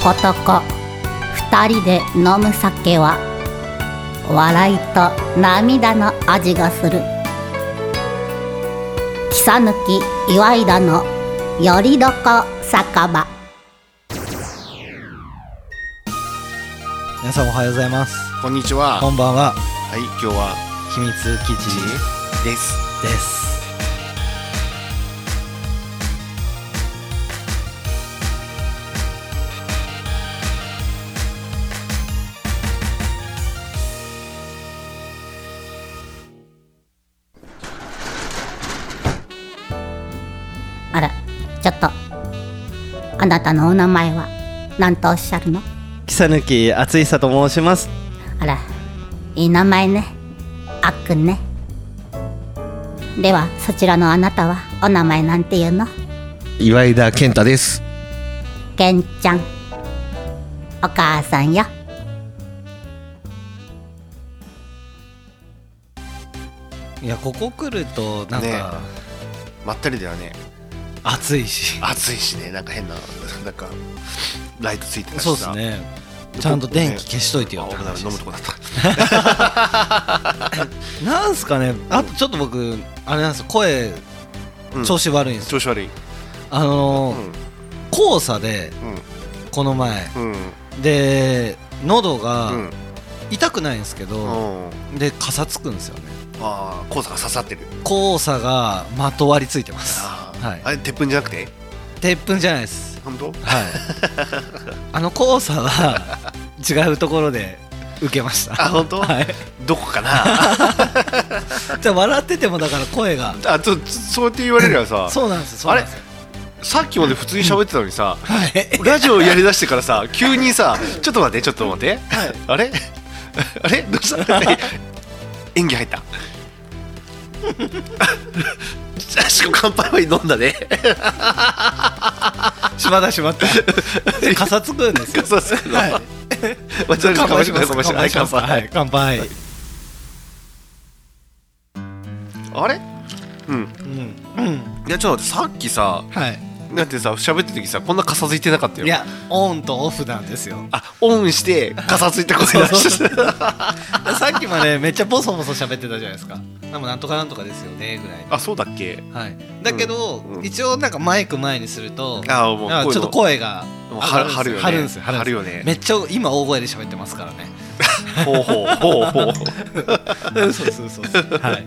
男二人で飲む酒は笑いと涙の味がする草抜き岩井田のよりどこ酒場皆さんおはようございますこんにちは。こは、んばんはい今日は秘密基地地です。ですあらちょっとあなたのお名前は何とおっしゃるの草抜き厚久と申しますあらいい名前ねあっくんねではそちらのあなたはお名前なんていうの岩井田健太です。けんちゃんお母さんよいやここ来るとなんねかまったりではね、暑いし、暑いしね、なんか変な、なんか、ライトついてたしそさうです。ねちゃんと電気消しといてよあ、って俺だ、話飲でむすとこだった。なんすかねあとちょっと僕あれなんですよ声うん調子悪いんですよ、調子悪い。あうのーん。黄砂でうこの前ん。で喉うがん。痛くないんですけど、うん。でかさつくんですよねああ、黄砂が刺さってる。黄砂がまとわりついてますああ、はいあれ、鉄粉じゃなくて鉄粉じゃないです本当は い、あの黄砂は違うところで受けましたあ、本当はい、どこかなじゃあ笑っててもだから声があ、ちょそうやって言われれば さ、そうなんですそうなんですさっきまで普通に喋ってたのにさ、はいラジオやりだしてからさ、急にさ、ちょっと待って、ちょっと待って、あれあれどうした演技入った。あしかも乾杯は飲んだね。しまだしまったでかさつくんですよそうそう。はいまあちょっと乾杯します乾杯しますします乾杯はい乾杯、あれうん。うんうんいや、ちょっと待って、さっきさ、はいだってさ、喋ってる時さ、こんなかさついてなかったよ。いやオンとオフなんですよあ、オンして、かさついた声出してた。さっきまでめっちゃボソボソ喋ってたじゃないですかでもなんとかなんとかですよねぐらいあ、そうだっけはい、だけど、うんうん一応なんかマイク前にするとあもうなんかちょっと声声がもう張る張るよね張るんですよ張るんです張るよねめっちゃ今大声で喋ってますから ねほうほうほうほう。そうそうそうそうはい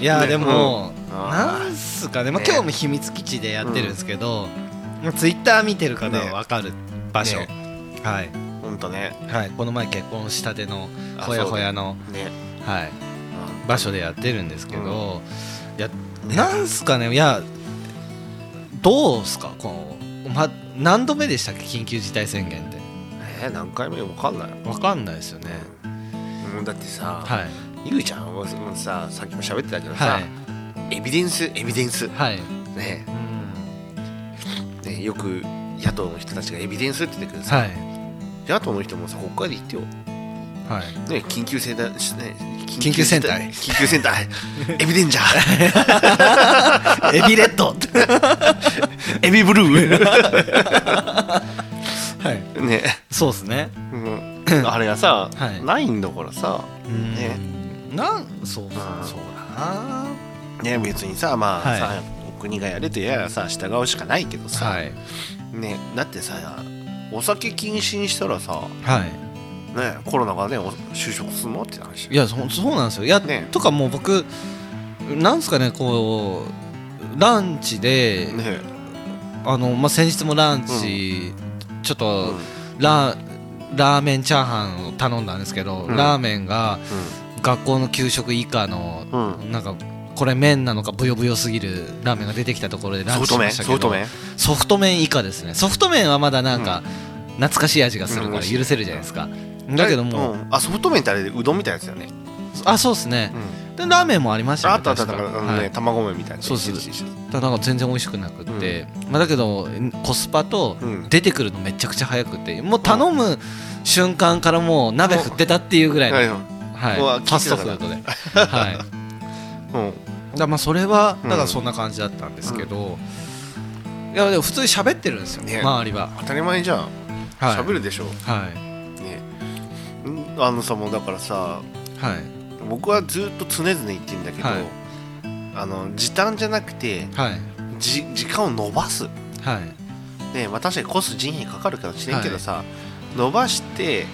いやーねでも、うんあーなんすかね、まあ、ね今日も秘密基地でやってるんですけど、まあツイッター見てる方は分かる場所、ねはい、ほんとね。はい、この前結婚したてのあほやほやの、ね。はい、うん場所でやってるんですけど、いやなんすかねいやどうすかこの、ま、何度目でしたっけ緊急事態宣言ってえー、何回目わかんない。分かんないですよねうん、だってさ、はいゆうちゃんはもうささっきも喋ってたけどはさ、いエビデンスエビデンスはいねうんねよく野党の人たちがエビデンスって言ってくるさ、はい野党の人もさ国会で言ってよ、ね、はい緊急センターしね緊急センター緊急センタ ーエビデンジャーエビレッドエビブルーはいね、そうですねうん、 あれがさ、はいないんだからさうんねなんそうそううんそうだね別にさまあ、はいさお国がやれとやらさ従うしかないけどなさ、はいねだってさお酒禁止にしたらさはいねコロナがねお就職するのって話いやそそうなんですよいや、ねとかもう僕なんすかねこうランチで、ねあの、まあ、先日もランチ、ちょっうとんラ,、ラーメンチャーハンを頼んだんですけど、うんラーメンが学校の給食以下の、うん、うん、なんかこれ麺なのかブヨブヨすぎるラーメンが出てきたところでラソンフチしトま麺したソけフトど麺ソフト麺以下ですねソフト麺はまだなんか懐かしい味がするから許せるじゃないですか、だけども、うんあソフト麺ってあれでうどんみたいなやつだよね、あそうですねうん、でラーメンもありましたあねあったあったあっ確たかあのね、はい卵麺みたいなそうそう一緒一緒一緒ただなんか全然美味しくなくって、まあ、だけどコスパとうん出てくるのめちゃくちゃ早くてもう頼む瞬間からもう鍋振ってたっていうぐらいの、はいは、はいうわファストフードで、はい、だかうんらまあそれはうんだからそんな感じだったんですけど、いやでも普通に喋ってるんですよ、ね周りは当たり前じゃんはい喋るでしょ、はいねうんあのさもうだからさはい僕はずっと常々言ってるんだけど、はいあの時短じゃなくてはいじ時間を延ばす、はいねまあ、確かにコス人費かかるかもしれんけどさ、伸ばして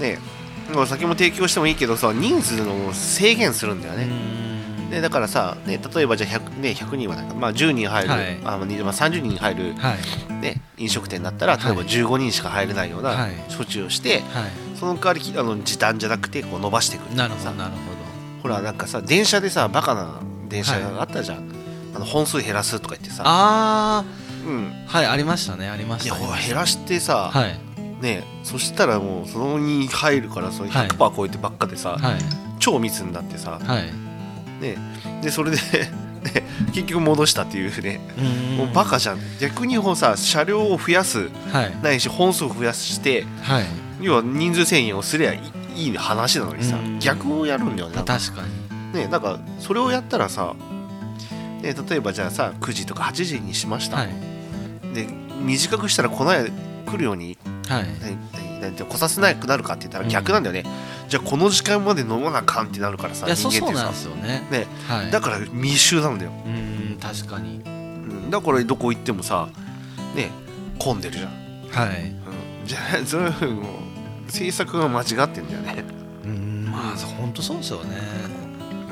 ねお酒も提供してもいいけどさ人数の制限するんだよね、ねでだからさ、ね、例えばじゃあ 100,、ね、100人はなんか、まあ、10人入る、はいあまあにまあ30人入る、はいね、飲食店だったらはい例えば15人しか入れないようなはい処置をして、はその代わりきあの時短じゃなくてこう伸ばしていくいなるほどさなるほらなんかさ電車でさバカな電車があったじゃん、あの本数減らすとか言ってさあうん、あはいありましたねありまいしやたほら減らしてさ、はいね、そしたらもうそのに入るからそのはい100%超えてばっかではさ、い超密になってさ、はいね、でそれで ね結局戻したっていうねもうバカじゃん逆にもうさ車両を増やすはいないし本数を増やしてはい要は人数制限をすりゃいいい話なのにさうん逆をやるんだよねなんか確かにねなんかそれをやったらさ、ね、例えばじゃあさ9時とか8時にしました、はいで短くしたら来ない来るようにはい何何何て来させなくなるかって言ったら逆なんだよね、じゃあこの時間まで飲まなあかんってなるからさいやそう人そ間うなってんさですよねねはいだから密集なんだよ、うーん確かにうん、だからどこ行ってもさね混んでるじゃん、はいうん、じゃあ それはもう制作が間違ってんだよねうんまあ本当そうですよね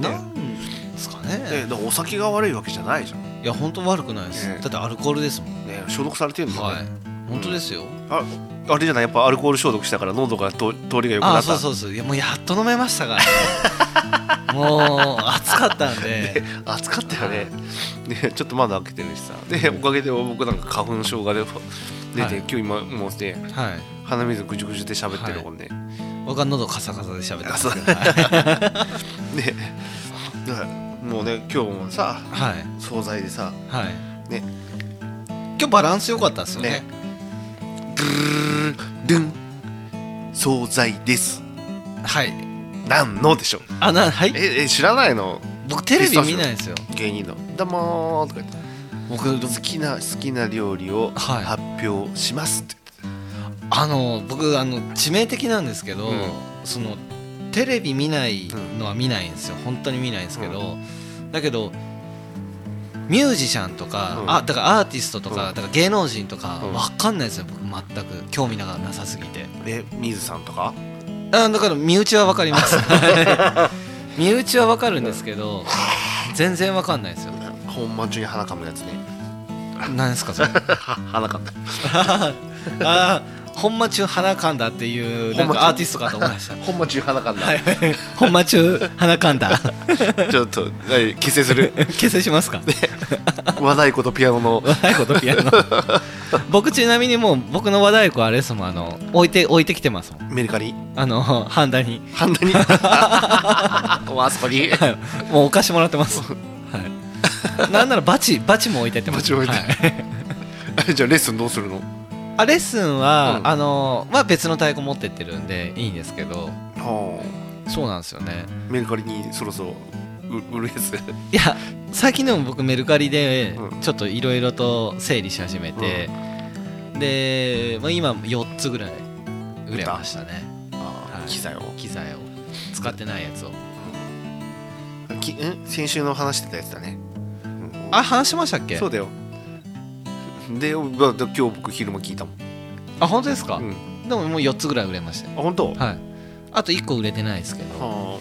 なんですかねねだからお酒が悪いわけじゃないじゃん、いや本当悪くないですねだってアルコールですもんね、消毒されてるんだよね、はい本当ですよああれじゃないやっぱアルコール消毒したから喉がと通りが良くあなあったそうそうそういやもうやっと飲めましたから もう暑かったんで暑かったよねねちょっと窓開けてるしさでおかげで僕なんか花粉症が出て、出て今日今もうねはい鼻水ぐじゅぐじゅで喋ってるもんね、僕は喉カサカサで喋ってまあすそうけどはいでだからもうね今日もさはい惣菜でさはいね今日バランス良かったですよねねドゥルルルン惣菜ですはいなんのでしょあなはいええ知らないの僕テレビ見ないんですよ芸人の「どうも」とか言って僕好きな好きな料理をはい発表しますってあの僕あの致命的なんですけど、うんそのテレビ見ないのは見ないんですよ本当に見ないんですけど、だけどミュージシャンとか、うんあだからアーティストとか、うんだから芸能人とか、うんわかんないですよ僕全く興味がなさすぎてえ水さんとかあだから身内はわかります 身内はわかるんですけど全然わかんないですよ本番中に鼻かむや つね何です かそれ鼻かんだああ本間中鼻かんだっていうなんほんまか中アーティストかと思いました本番中に鼻かんだ、はい、 本間中鼻かん だちょっとはい結成する結成します か和太鼓とピアノの和太鼓とピアノ僕ちなみにもう僕の和太鼓あれですもんあの置いて置いてきてますもんメリカリあのハンダにハンダ にもうあそこにはいもうお貸しもらってます、はい、なんならバチバチも置いてってますバチ置いてはいじゃあレッスンどうするのあレッスンは、うんあのまあ別の太鼓持ってってるんでいいんですけどはそうなんですよねあメリカリにそろそろう売る やついや最近でも僕メルカリでうんちょっといろいろと整理し始めて、で、まあ、今4つぐらい売れましたねあはい機材を機材を使ってないやつをきん先週の話してたやつだねうんあ話しましたっけそうだよでま今日僕昼も聞いたもんあ本当ですか、うんでももう4つぐらい売れましたよあ本当はいあと1個売れてないですけどは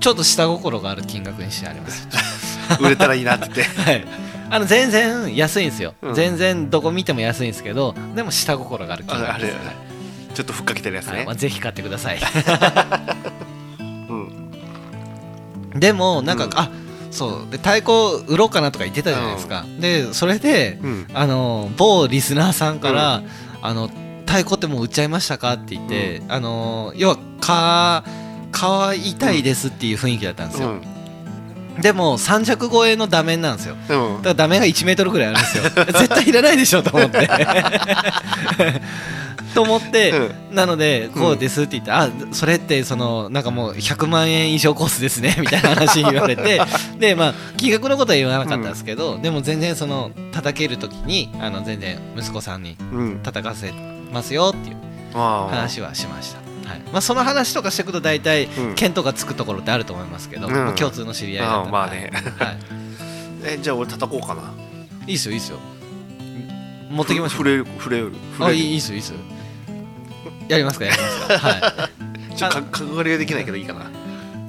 ちょっと下心がある金額にしてあります あ売れたらいいなって言ってはいあの全然安いんですよ、うん全然どこ見ても安いんですけどでも下心がある金ああ額でれすちょっとふっかけてるやつはいねまあ、ぜひ買ってくださいうんでもなんか、うんあそうで太鼓売ろうかなとか言ってたじゃないですか、でそれでうんあの某リスナーさんから、あの太鼓ってもう売っちゃいましたかって言って、あの要はか皮痛いですっていう雰囲気だったんですうよ、んでも三尺超えのダメなんですよでだもからダメが1メートルぐらいあるんですよ絶対いらないでしょと思って と思って、なのでこうですって言って、あそれってそのなんかもう100万円以上コースですね みたいな話言われ てでまあ金額のことは言わなかったんですけど、でも全然その叩ける時にあの全然息子さんにうん叩かせますよっていうあー話はしました、はいまあ、その話とかしてくと大体うん県とかつくところってあると思いますけど、うんもう共通の知り合いだったあーらまあねはい、は、えじゃあ俺叩こうかないいいっすよいいっすよ持ってきましょう触れる触れる触あれいるいいいっすよいいっすよやりますかやります かはいちょっと角刈りはできないけどいいかな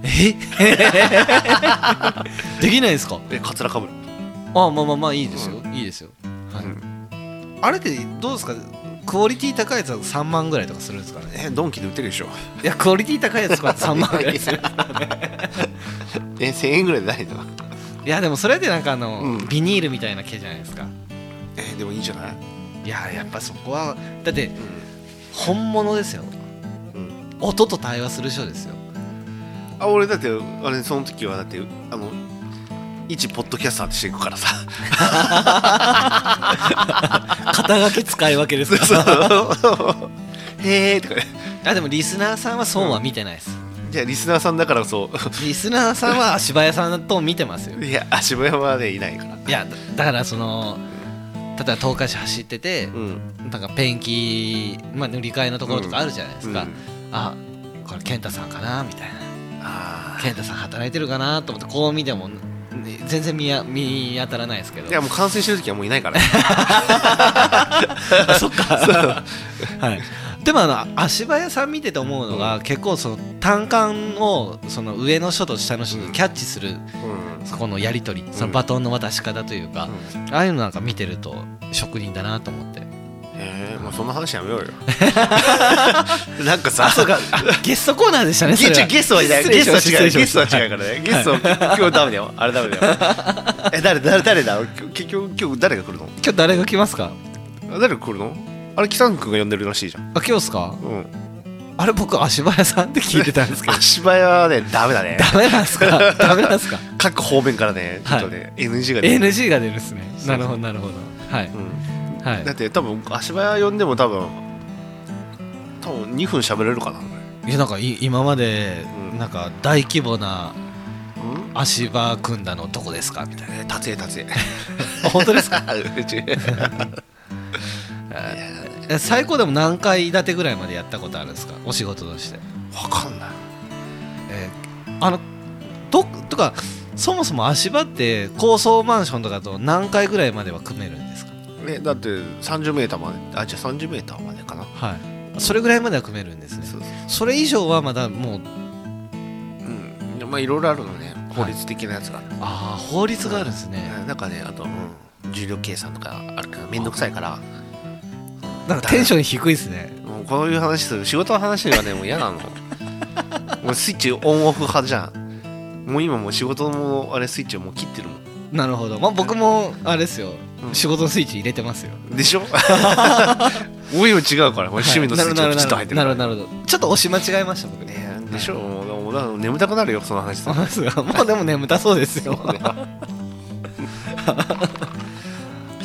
え できないですかえカツラかぶるあまあまあまあいいですよ、いいですよ、はいうんあれってどうですかクオリティ高いやつは3万ぐらいとかするんですからねえドンキで売ってるでしょいやクオリティ高いやつとか3万ぐらいするえ1000円ぐらいでないの いやでもそれでなんかあの、うんビニールみたいな毛じゃないですかえでもいいんじゃないいややっぱそこはだってう本物ですよん、うん、音と対話する人ですよあ俺だってあれその時はだってあの一ポッドキャスターとしていくから さ肩書き使い分けです かへえとかねあでもリスナーさんはそうは見てないです、じゃあリスナーさんだからそリスナーさんは足早さんと見てますよ ういや足早はねいないからいやだだからその例えば東海市走ってて、うんなんかペンキ、まあ、塗り替えのところとかあるじゃないですか、うんあこれ健太さんかなみたいなあ健太さん働いてるかなと思ってこう見ても、ね全然見や見当たらないですけあどいやもう感染してる時はもういないから あ そっかはい、でもあの足早さん見てて思うのが、結構その単管をその上の人と下の人うにんキャッチする、うんこのやり取りそのバトンの渡し方というか、ああいうのなんか見てると職人だなと思ってえー、もうそんな話やめよ うよなんかさあそう かあゲストコーナーでしたねそゲれはゲゲストはいない失礼ゲしまスしトたは違うゲストは失礼違うからねゲスト今日ダメだよあれダメだよえ誰誰誰だき結局今日誰が来るの今日誰が来ますか誰が来るのあれ北野君が呼んでるらしいじゃんあ今日っすかうんあれ僕足早さんって聞いてたんです けど足早はねダメだねダメなんすかダメなんす か各方面からねちょっとね、NG が出る、 NG が出るっすねそうなるほどなるほどはいうんはいだって多分足早呼んでも多分多分2分喋れるかな、ういやなんかい今までうん、なんか大規模なん足場組んだのどこですかみたいなえー立つえ立 つえあ本当ですか うちえ最高でも何階建てぐらいまでやったことあるんですかお仕事として、わかんないえーあのどとかそもそも足場って高層マンションとかだと何階ぐらいまでは組めるんですかね、だって30メーターまであじゃあ30メーターまでかなはいそれぐらいまでは組めるんですねそうそうそれ以上はまだもううんまあいろいろあるのね法律的なやつがある、ああ法律があるんですね、なんかねあと、うん、重量計算とかあるけどめんどくさいからなんかテンション低いですねもうこういう話する仕事の話はねもう嫌な のもうスイッチオンオフ派じゃんもう今もう仕事のあれスイッチをもう切ってるもなるほどまあ僕もあれですよ、うん仕事のスイッチ入れてますよんでし ょおいおい違うからもう趣味のスイッチをきちっと入ってるなかるらほどなるほどなるほどちょっと押し間違えました僕ねねでしょもうもうだから眠たくなるよその話 あそう ですかもうでも眠たそうですよ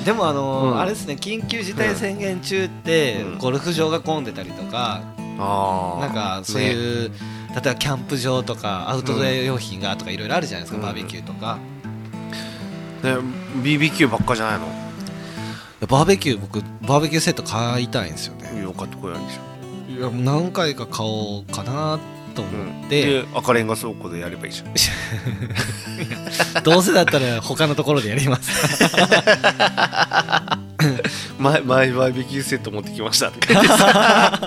でもあのーうんあれですね緊急事態宣言中って、うんゴルフ場が混んでたりとか、ああなんかそういう、例えばキャンプ場とかアウトドア用品がとかいろいろあるじゃないですか、うんバーベキューとか、ね BBQ ばっかじゃないのバーベキュー僕バーベキューセット買いたいんですよねよかったこやるでしいょ、やもう何回か買おうかなと思って、で赤レンガ倉庫でやればいいじゃんどうせだったら他のところでやります 前前バーベキューセット持ってきました って書いてさ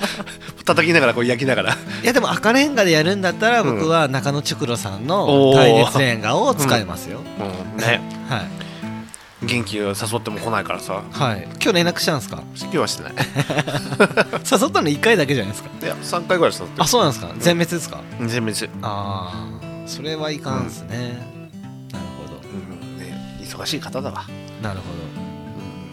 叩きながらこう焼きながらいやでも赤レンガでやるんだったらうん僕は中野竹路さんおのー耐熱レンガを使いますよ、うんねはい、元気を誘っても来ないからさはい、今日連絡したんですか今日はしてない誘ったの1回だけじゃないですかいや3回ぐらい誘ってあそうなんですか全滅ですかる全滅、ああそれはいかんっすね、なるほどうんね、忙しい方だわ、なるほど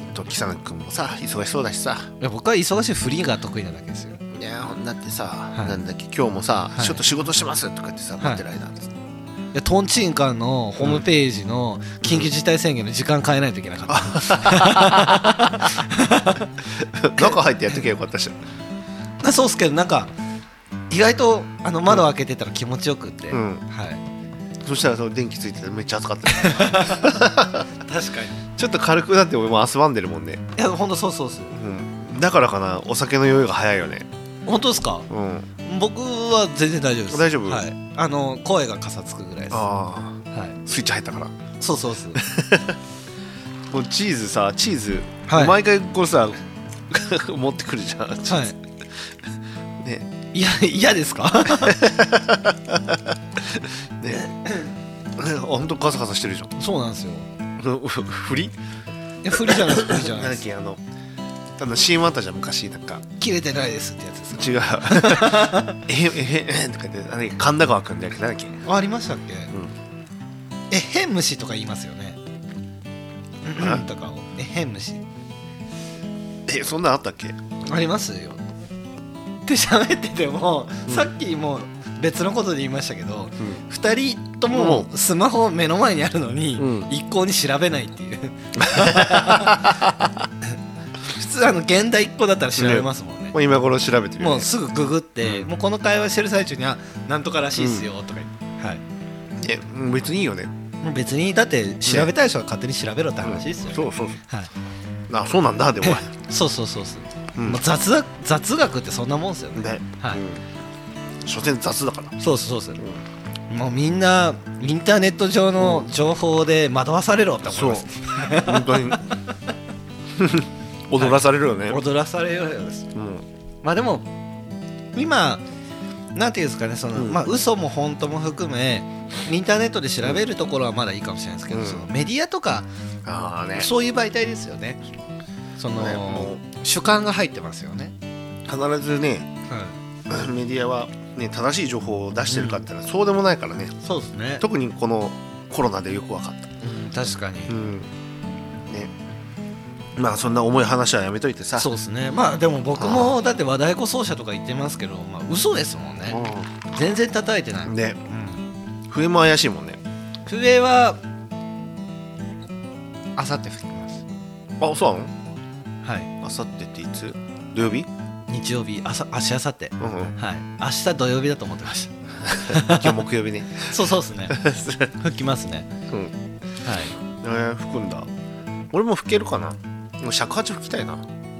うん、と木更君もさ忙しそうだしさいや僕は忙しいフリーが得意なだけですよいやほんだってさ、いなんだっけ今日もさ、はいちょっと仕事しますとかってさい 待ってる間です、いやトンチンカンのホームページの緊急事態宣言の時間変えないといけなかった、中入ってやっときゃよかったし、あそうっすけどなんか意外とあの窓開けてたら気持ちよくって、うんはいそしたらその電気ついててめっちゃ暑か った確かにいちょっと軽くなって俺も汗ばんでるもんね、やほんとそうそうっすようん、だからかなお酒の酔いが早いよね本当ですかうん僕は全然大丈夫です大丈夫はいあの声がかさつくぐらいです、はああスイッチ入ったからい、そうそう そうもうチーズさチーズ、はい毎回こうさ 持ってくるじゃん、はいねいや嫌ですか ねあ本当ガサガサしてるじゃんそうなんですよ 振りいや不利じゃないです不利じゃなんないだでっすけあのあの CM あったじゃん昔なんか切れてないですってやつです違う えへえへえとかってあれ神田川君だっけなんだっけかあありましたっけ、んえへん虫とか言いますよねうんうんとかをえへん虫えそんなんあったっけありますよって喋ってても、うんさっきも別のことで言いましたけどうん2人ともスマホ目の前にあるのに、うん一向に調べないって いう普通あの現代一個だったら調べますもんねもう今頃調べてみるもうすぐググって、うんもうこの会話してる最中に「あなんとからしいっすよ」とか言って、はいえうん別にいいよねもう別にだって調べたい人は勝手に調べろって話ですよ、ねそうそうそはい、うあそうなんだで もそうそうそうそう、うんもう雑学雑学ってそんなもんですよねねはいうん所詮雑だからそうそうそうそう、もうみんなインターネット上の情報で惑わされろって思います、本 当に踊らされるよね、踊らされるようですうんまあでも今なんていうんですかねその、うんまあ嘘も本当も含めインターネットで調べるところはまだいいかもしれないですけど、うんそのメディアとかああねそういう媒体ですよねその、ねもう主観が入ってますよね、必ずねメディアはね正しい情報を出してるかって言ったらそうでもないからねそうですね、特にこのコロナでよく分かったうん、確かに、うんねまあそんな重い話はやめといてさそううですねまあでも僕もだって和太鼓奏者とか言ってますけど、まあ嘘ですもんね、全然叩いてない、んね笛も怪しいもんね笛はあさって吹きますあそうなのはいあさってっていつ土曜日日曜日あさあしあさってうんうんはい明日土曜日だと思ってまし今日木曜日ねた そうそうです ね吹きますね うんはえー、吹くんだ俺も吹けるかなもう尺八吹きたいない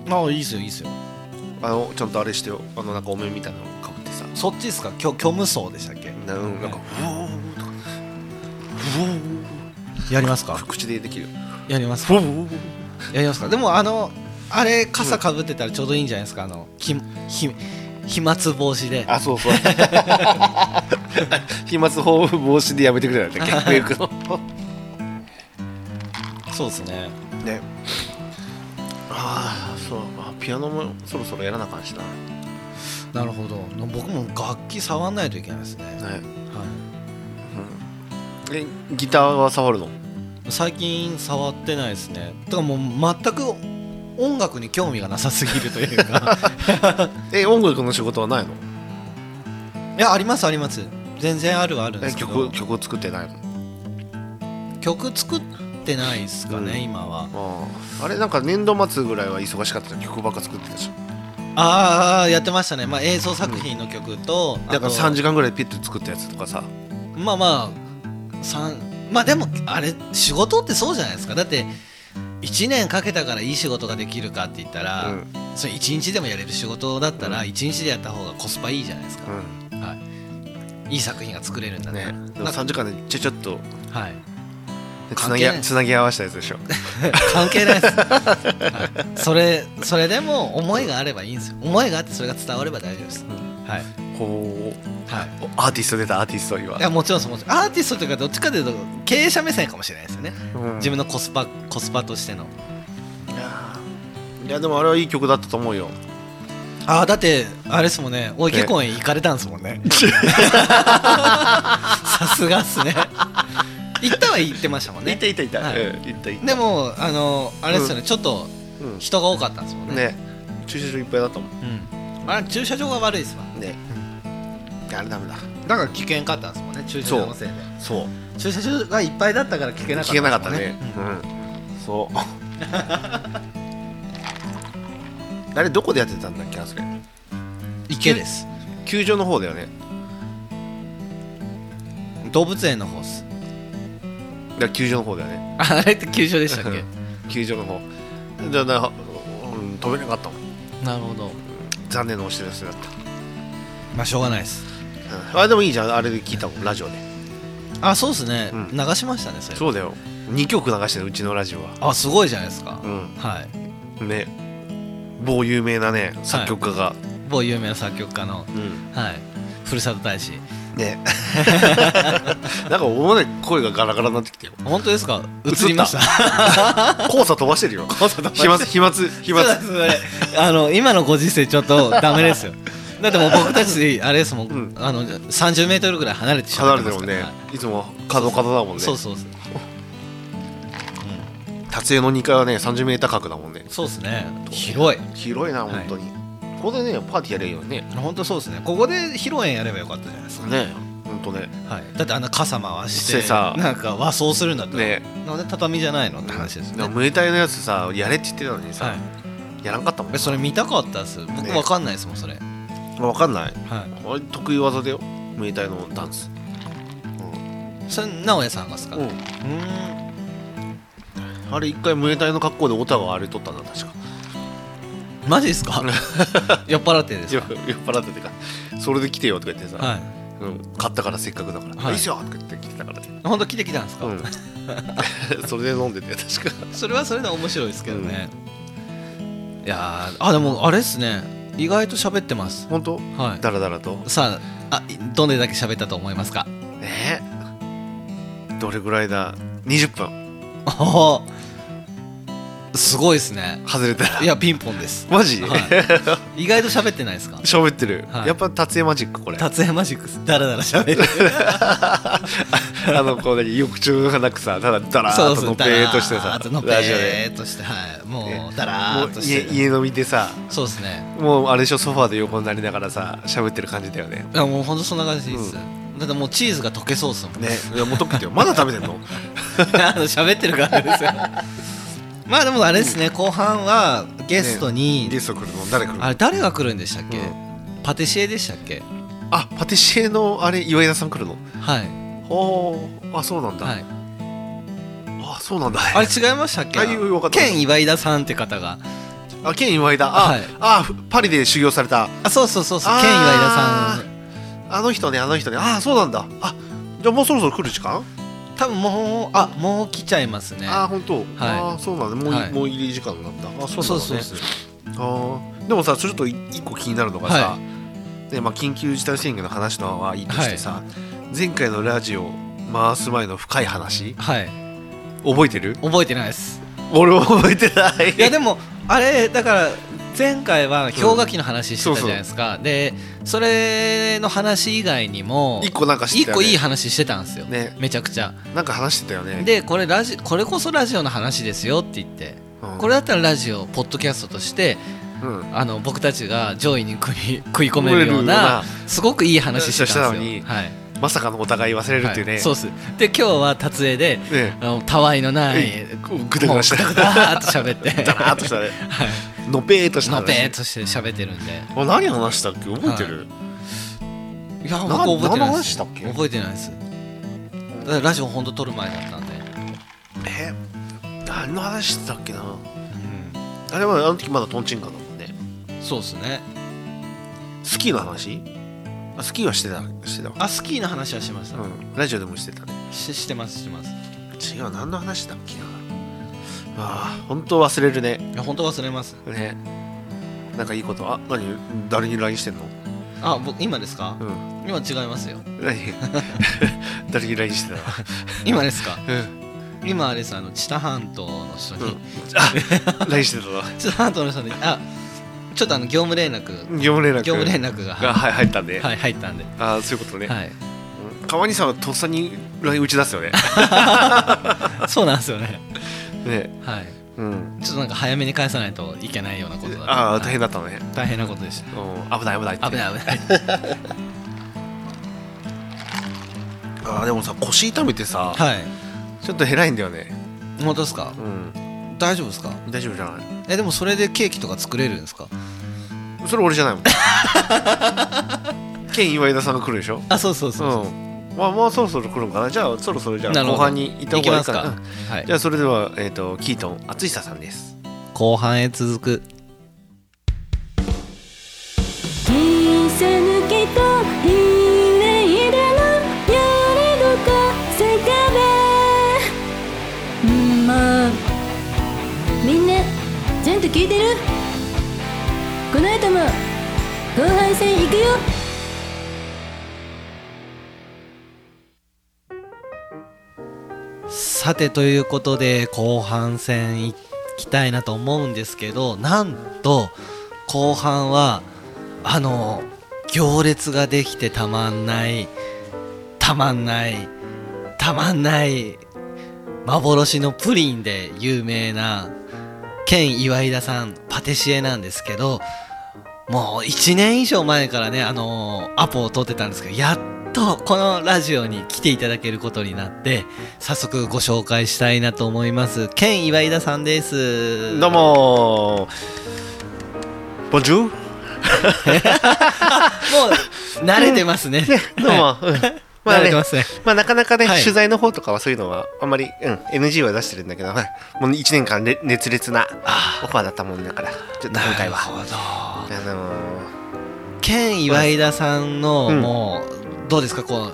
まあいいですよいいですよあのちゃんとあれしてよあのなんかお面みたいなのかぶってさそっちですか虚虚無層でしたっけなうんなんか「ふおー」とか「ふおーやります」 あか口でできるよやりますふおーやりますかでもあのあれ傘かぶってたらちょうどいいんじゃないですかあのひひ飛沫防止であそうそう 飛沫防止でやめてくれないだっけ結構そうですね ねああそうあピアノもそろそろやらなあかんしななるほど僕も楽器触んないといけないですね、ねはいえギターは触るの最近触ってないですねだからもう全く音楽に興味がなさすぎるというかえ音楽の仕事はないのいやありますあります全然あるはあるんでえすけど曲曲を作ってないの曲作ってないですかね、うん今はあーあれなんか年度末ぐらいは忙しかったじゃん曲ばっか作ってたじゃんああやってましたね、まあ、映像作品の曲と、あだからと3時間ぐらいピッて作ったやつとかさまあまあ三まあでもあれ仕事ってそうじゃないですかだって1年かけたからいい仕事ができるかって言ったら、うんそれ1日でもやれる仕事だったら1日でやった方がコスパいいじゃないですか、ういい作品が作れるんだんねねでも3時間でちょちょっとはいつ関な係ぎないあつなぎ合わせたやつで しょ関係ないです、はいそれそれでも思いがあればいいんですよ思いがあってそれが伝われば大丈夫です、うんはいほはうアーティスト出たアーティスト今いいやもちろんですもちろんアーティストというかどっちかというと経営者目線かもしれないですよね、うん自分のコスパコスパとしてのいやーいやでもあれはいい曲だったと思うよああだってあれですもんね大池公園行かれたんですもんね さすがっすね行ったは行ってましたもんねいたいはいうんいたいたでもあのあれですよね、ちょっとうん人が多かったんですもんねね駐車場いっぱいだったもんうん、あれ駐車場が悪いですわねあれダメだだから危険かったんですもんね駐車場のせいでそう駐車場がいっぱいだったから聞けなかった聞けなかったねうんうん そうあれどこでやってたんだっけあそれ池です球場の方だよね動物園の方っすだから球場の方だよねああれって球場でしたっけ球場の方だからうん飛べなかったもんなるほど残念なお知らせだった、まあしょうがないですうんあでもいいじゃんあれで聞いたもんラジオであそうですね、うん流しましたねそれそうだよ2曲流してるうちのラジオはあすごいじゃないですか、うんはいね某有名なね作曲家が、某有名な作曲家のうんはいふるさと大使ね なんか思わない声がガラガラになってきてよ本当ですか映った映りました交差飛ばしてるよ飛ば飛ば飛沫飛沫そうですそれ あの今のご時世ちょっとダメですよだってもう僕たちあれですもん、うんあの30メートルぐらい離れてしま離っれててまるすかもんらねいつも角角だもんねそうそうそう撮影の2階はね 30m 角だもんねそうですね広い広いな本当に、ここでねパーティーやれるよね本当そうですねここで披露宴やればよかったじゃないですか、ね本当ねはい、だってあんな傘回ししててさなんか和装するんだったら、ねなんで畳じゃないのって話ですよねムエタイのやつさやれって言ってたのにさ、はいやらんかったもんえそれ見たかったです僕ねわかんないですもんそれ、は分かんないい、あれ得意技だよムエタイのダンスそれ直江さんがですか、うんーんあれ一回ムエタイの格好でオタがあれとったんだ確かマジですか 酔っ払ってです酔っか払っててかそれで来てよとか言ってさ、はいうん、買ったからせっかくだから、はいい、いっすよとか言って来てたからね、本当来てきたんですか、うん、 それで飲んでて確かそれはそれで面白いですけどね、いやーあでもあれですね意外と喋ってます本当はだらだらといさああいどれだけ喋ったと思いますかえーどれぐらいだ20分おーすごいですね外れたらいやピンポンです、マジ、 はい、意外と喋ってないですか喋ってる、はいやっぱ達也マジックこれあ達也マジックスダラダラ喋る のこう何欲中がなくさただダラ そーうっとそのうっぺーっとしてさダラーっとのっぺラジオでーっとしてはいもねうダもラーうっとして家家飲みでさそうですねもうあれでしょソファーで横になりながらさ喋ってる感じだよねいやもうほんとそんな感じでいいです、だってもうチーズが溶けそうっすもんねいやもう溶けてよまだ食べてんの あの喋ってるからです よまあでもあれですね、後半はゲストに、ゲスト来るの誰来るのあれ誰が来るんでしたっけ、うんパティシエでしたっけあパティシエのあれ岩井田さん来るのはい、ほうあそうなんだ、はい、あそうなんだあれ違いましたっけあいよかったケン岩井田さんって方があケン岩井だあ、はいあふパリで修行されたあそうそうそうそうあーケン岩井田さんあの人ねあの人ねあそうなんだあじゃあもうそろそろ来る時間、多分もうあもう来ちゃいますねあ本当、あそうなんだもう,、はいもう入り時間なんだあそうなんだ、ね、そうそうそうあーでもさちょっとい一個気になるのがさ、はねまあ、緊急事態宣言の話のはいいとしてさ、前回のラジオ回す前の深い話はい覚えてる覚えてないです俺も覚えてないいやでもあれだから前回は氷河期の話してたじゃないですか、でそれの話以外にも一個なんか知って一た、ね、個いい話してたんですよ、ねめちゃくちゃなんか話してたよねでこれラジこれこそラジオの話ですよって言ってうんこれだったらラジオポッドキャストとしてうんあの僕たちが上位に食い 食い込めるようなすごくいい話してたんですよしてたはいまさかのお互い忘れるっていうね、はいそうっすで今日は撮影でねあのたわいのないえぐだぐだしたもうぐだぐだーっと喋 ってだらーっとしたねはいのぺーっとし たの話ぺーっとして喋ってるんであ何話したっけ覚えてる、いやな僕覚えてない何で話すしたっけ覚えてないですだからラジオ本当撮る前だったんで、え何の話してたっけなあれはあの時まだトンチンカンだもんねそうですねスキーの話あスキーはしてたしてたわあスキーの話はしました、うんラジオでもしてたねししてますしてます違う何の話だっけなあー本当忘れるねいや本当忘れますねなんかいいことあ何誰に LINE してんのあ僕今ですか、うん今違いますよ何 誰に LINE してた今ですかうん今あれですあの知多半島の人に、うんあ LINE してたわ知多半島の人にあちょっとあの業務連絡業務連絡業務連絡ががはい入ったんで、はい入ったんで、ああそういうことね、はいうん川西さんはとっさに LINE 打ち出すよ ねそうなんですよねねはいうんちょっとなんか早めに返さないといけないようなことだったああ大変だったのね、大変なことでしうん、危ない危ないってた危ない危ないあーでもさ腰痛めてさ、はいちょっと偉いんだよね本当ですかうん大丈夫ですか大丈夫じゃないえでもそれでケーキとか作れるんですかそれ俺 じゃないもんケン岩井田さんが来るでしょあそうそううそうそうんまあもうそろそろ来るのかなじゃあそろそろじゃなあるほ後ど半に行ったい方きがいまいすかかな、はいじゃあそれでは、えー、とキートン淳久さんです後半へ続く聞いてるこの後も後半戦行くよさてということで後半戦行きたいなと思うんですけどなんと後半はあの行列ができてたまんないたまんないたまんない幻のプリンで有名な県岩井田さんパティシエなんですけどもう1年以上前からねあのアポを取ってたんですけどやっとこのラジオに来ていただけることになって早速ご紹介したいなと思います県岩井田さんですどうもーボンジューもう慣れてますね どうも、うんまあ慣れねてますねまあ、なかなかね、はい取材の方とかはそういうのはあんまり、うん、NG は出してるんだけど、はいもう1年間れ熱烈なオファーだったもんだからちょっと今回はなるほどあのケン岩井田さんの、うんもうどうですかこ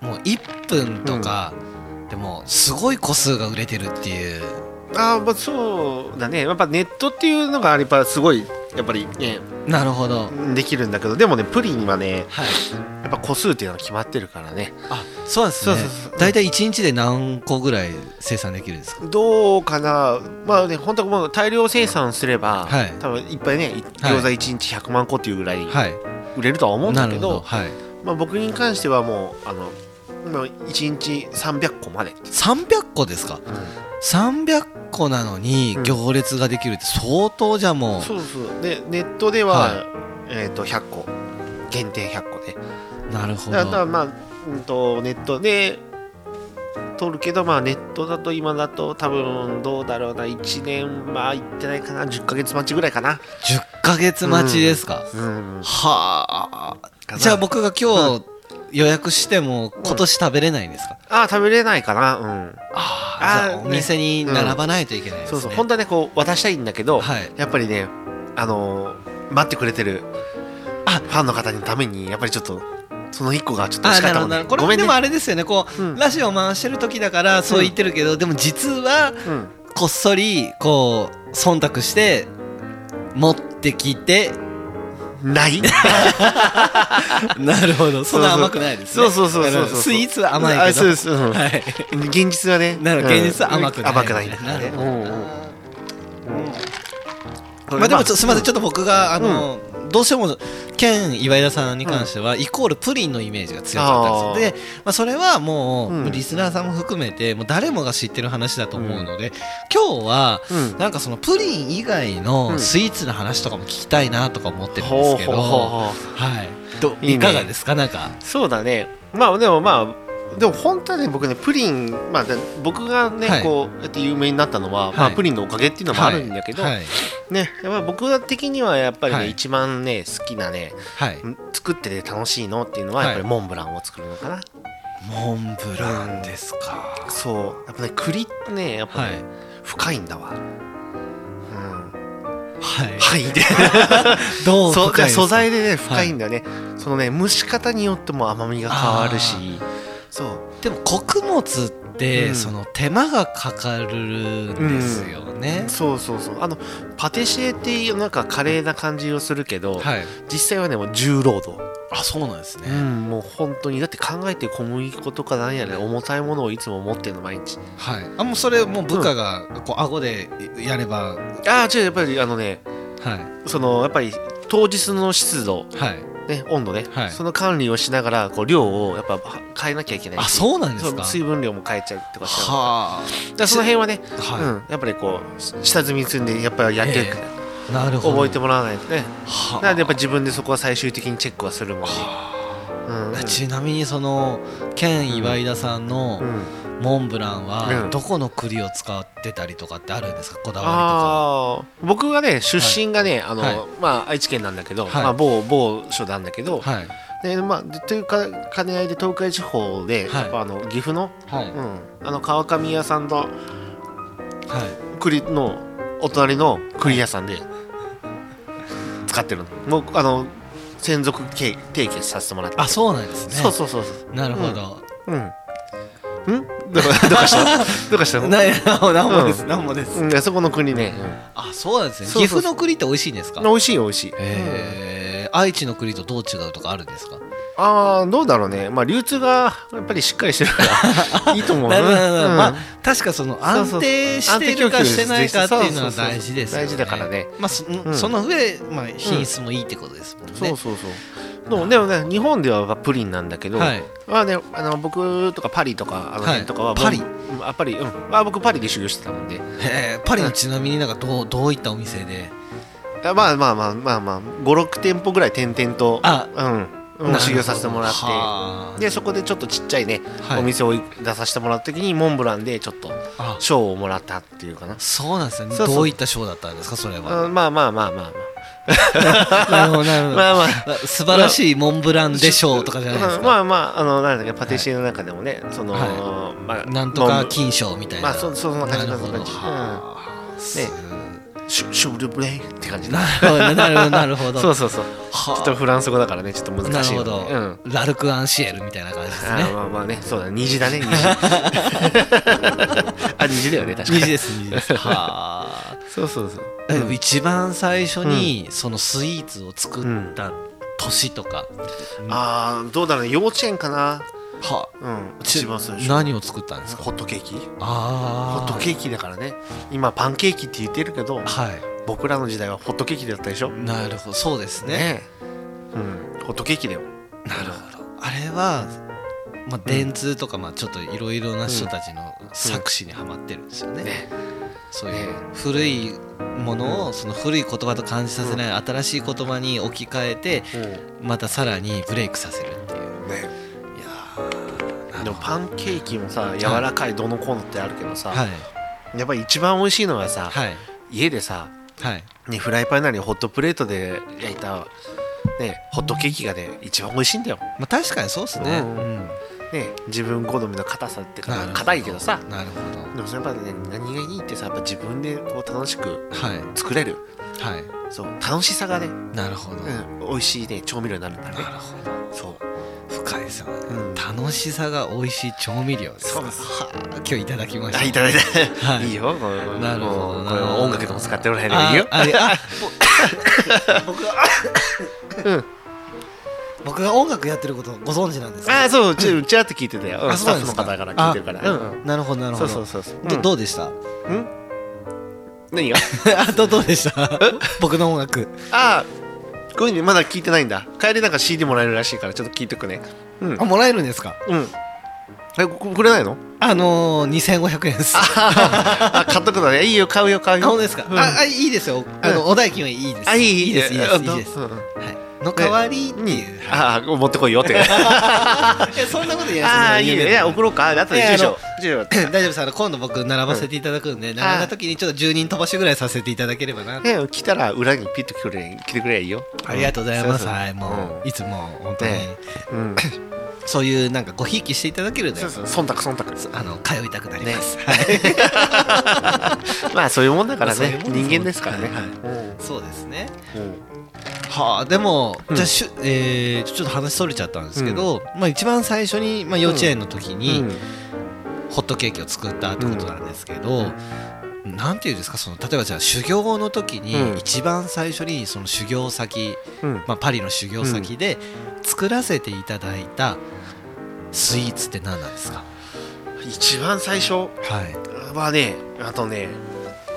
うもう1分とか、でもすごい個数が売れてるっていうーあーまあそうだねやっぱネットっていうのがやっぱすごいやっぱりねなるほど、できるんだけどでもねプリンはねはいやっぱ個数っていうのは決まってるからねあそうなんですねそうそうそう大体1日で何個ぐらい生産できるんですかどうかなまあね本当もう大量生産すれば、はい多分いっぱいねいはい餃子1日100万個っていうぐらいはい売れるとは思うんなだるけほど,、どはいまあ、僕に関してはもうあのもう1日300個まで、 300個ですか300個なのにうん行列ができるって相当じゃもそうそうでネットでは、はえー、と100個限定100個でうなるほだからどまあ、うん、とネットで取るけどまあネットだと今だと多分どうだろうな1年まあ行ってないかな10ヶ月待ちぐらいかな、 10ヶ月待ちですか、うん、はあじゃあ僕が今日予約しても今年食べれないんですか、ああ食べれないかなうんあああーじゃあお店に並ばないといけないですね、そうそう本当はねこう渡したいんだけど、はいやっぱりねあのー待ってくれてるあファンの方のためにやっぱりちょっとその一個がちょっとあ惜しーなかっるほたもどんなるほどこれねごめんでねもあれですよねこう、うんラジオ回してる時だからそう言ってるけど、でも実はうんこっそりこう忖度して持ってき てないなるほどそんなそうそう甘くないですねそうそうそうそうそなうるほどスイーツは 甘いあけどそうです、うんはい現実はねなるほど現実は甘くない甘くないんだからねなるほうどんうんこれまあでもちょすみませんちょっと僕があうんの、どうしても県岩井田さんに関しては、イコールプリンのイメージが強かったんですよで、まあ、それはもう、うんリスナーさんも含めてもう誰もが知ってる話だと思うので、今日はうんなんかそのプリン以外うのんスイーツの話とかも聞きたいなとか思ってるんでほすうけほど、うほうほはいどいいねいかがですかなんかうそうだねまあでもまあでも本当はね僕ねプリンまあで僕がね、はいこうやって有名になったのは、はいまあ、プリンのおかげっていうのもあるんだけど、はいはいねまあ、僕的にはやっぱりね、はい一番ね好きなねはいん作ってて楽しいのっていうのははいやっぱりモンブランを作るのかな、モンブランですか、そうやっぱね栗ってねやっぱはね、い深いんだわうんはいはいでどうそう深いですか素材でね深いんだよね、そのね蒸し方によっても甘みが変わるしあそうでも穀物って、うんその手間がかかるんですよね、そうそうそうあのパティシエっていうなんか華麗な感じをするけど、はい実際はねもう重労働、あそうなんですね、うん、もう本当にだって考えて小麦粉とかなんやね重たいものをいつも持ってるの毎日はいあもうそれもう部下がこう顎でやればああ違うやっぱりあのねはそのやっぱり当日の湿度、いはいね、温度ね、はいその管理をしながらこう量をやっぱは変えなきゃいけないあしそうなんですそかう水分量も変えちゃうとかしちゃうはだからその辺はね、あ、はいうん、やっぱりこうし下積み積んでやっぱりやっていく、えなるほど覚えてもらわないとねはあなのでやっぱ自分でそこは最終的にチェックはするもんね、うんうんちなみにその県岩井田さんのうんモンブランはうんどこの栗を使ってたりとかってあるんですかこだわあー僕がね出身がね、あのはいまあ、愛知県なんだけど、はいまあ、某某所なんだけど、りとかはいでまあ、でというか兼ね合いで東海地方で、はいやっぱあの岐阜の,、、はいうん、あの川上屋さんとはい栗のお隣の栗屋さんで使ってるのもうあの専属け提携させてもらってあそうなんですねそうそうそうそうなるほど、うんんどう かしたどうかしたななんもでうす、なんもです。うん、あそこの国ね、あ、そうなんですね。そうそうそう岐阜の栗って美味しいんですかうん、。美味しい美味しいえー、愛知の栗とどう違うとかあるんですか。ああどうだろうねまあ流通がやっぱりしっかりしてる からいいと思うなるほどなるほどうんまあ確かそのそう安そう定してるか安定供給してないかっていうのはそうそうそう大事ですよね大事だからねまあそ,、んその上まあ品質もいいってことですもんね、そうそうそうでもでもね日本ではプリンなんだけど、はいまあね、あの僕とかパリとかあの辺とかは、はい僕うんあパリ、うん、あ僕パリで修行してたもんでへーパリのちなみになんかどうどういったお店であまあまあまあまあまあ56店舗ぐらい点々とあうんうん、修行させてもらっててでそこでちょっとちっちゃいね、はいお店を出させてもらった時にモンブランでちょっとあ賞をもらったっていうかなそうなんですねそうそうどういったショーだったんですかそれは、うんまあまあまあまあ まなるほどなる ほあどまあまあ素晴らしいモンブランでしょうとかじゃないですうか、んまあまああのなんだっけパティシエの中でもね、その、はまあなんとか金賞みたいな、まあそそんな感じなるほどそんな感じはあすシュシュブルブレイって感じなるほどなるほどなるほどそうそうそうちはょあっとフランス語だからねちょっと難なしいるよほねど、うんラルク・アンシエルみたいな感じであすーねまあまあねそうだ虹だ ね虹 あ虹だよね確かに虹です虹ですはあそうそうそうでも一番最初にそのスイーツを作った年とか、ああどうだろうね幼稚園かなはうんち一番最初何を作ったんですかホットケーキホああットケーキだからね今パンケーキって言ってるけどはい僕らの時代はホットケーキだったでしょなるほどそうですねねえうんホットケーキだよなるほどあれは、まあ、電通とか、まあ、ちょっといろいろな人たちの作詞にはまってるんですよね、ねそういうね古いものをその古い言葉と感じさせない新しい言葉に置き換えてうまたさらにブレイクさせるっていう。んねいやーなでるほもどパンケーキもさ柔らかいどのこうのってあるけどさ、はいやっぱり一番美味しいのはさ、はい家でさ、はいね、フライパンなりホットプレートで焼いた、ね、ホットケーキがね一番美味しいんだよ、まあ確かにそうですね、うんね、自分好みの硬さってなるほかど硬いけどさなるほどでもそれやっぱね何がいいってさやっぱ自分でこう楽しくはい作れるはそう楽しさがね、いなるほど、うん、美味しいね調味料になるんだねなるほどそう深いですよね、うん楽しさが美味しい調味料ですかそうですはあ今日いただきましたあいただいた、、はいい いよもうなるほどもうなこれ音楽でも使ってもらえればいいよああれ あぼ僕が 僕が音楽やってることご存知なんですあかあそうちょちらっと聞いてたよ、うんあスそうタなッんフでのすか方から聞いてるから、あうんうんなるほどなるほそうどそうそうそう、どうんどうでした何があどどうでした僕の音楽ああこういうのまだ聞いてないんだ帰りなんか CD もらえるらしいからちょっと聞いてくねうんあもらえるんですかうんえここくれないのあのー、2500円ですああ買っとくのねいいよ買うよ買うよ本当ですか、うんああいいですよあの、お代金はいいですあいいいいですいいですいいです、うんはい、の代わりに、ああ持ってこ いよってえそんなこと言えあなあいでいすいねいや送ろうかあといでや住あ所の住 所大丈夫ですあの今度僕並ばせていただくんで、並んだ時にちょっと10人飛ばしぐらいさせていただければな、ね来たら裏にピッと来てくれ来てくれいいよありがとうございます、そうそうはいもう、いつも本当に、ねうんそういうなんかごひいきしていただけるのそうよそう忖度忖度あの通いたくなります、 まあそういうもんだからそういうねもんです人間ですからねはいうんそうですねうんはあでも、うんじゃあしゅ、えーちょちょっと話それちゃったんですけど、まあ、一番最初に、まあ、幼稚園の時に、うんホットケーキを作ったってことなんですけど、なんていうんですかその例えばじゃあ修行の時うんに一番最初にその修行先、うんまあ、パリの修行先で作らせていただいたスイーツって何なんですか、一番最初はいはねあとね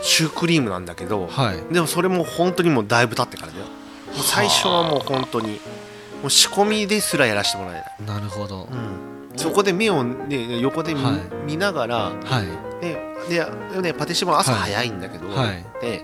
シュークリームなんだけど、はいでもそれも本当にもうだいぶ経ってからだよもう最初はもう本当にもう仕込みですらやらせてもらえなない、るほど、そこで目を、ね、横で見,、はい見ながら、はいねでね、パティシエも朝はい早いんだけど、はいねで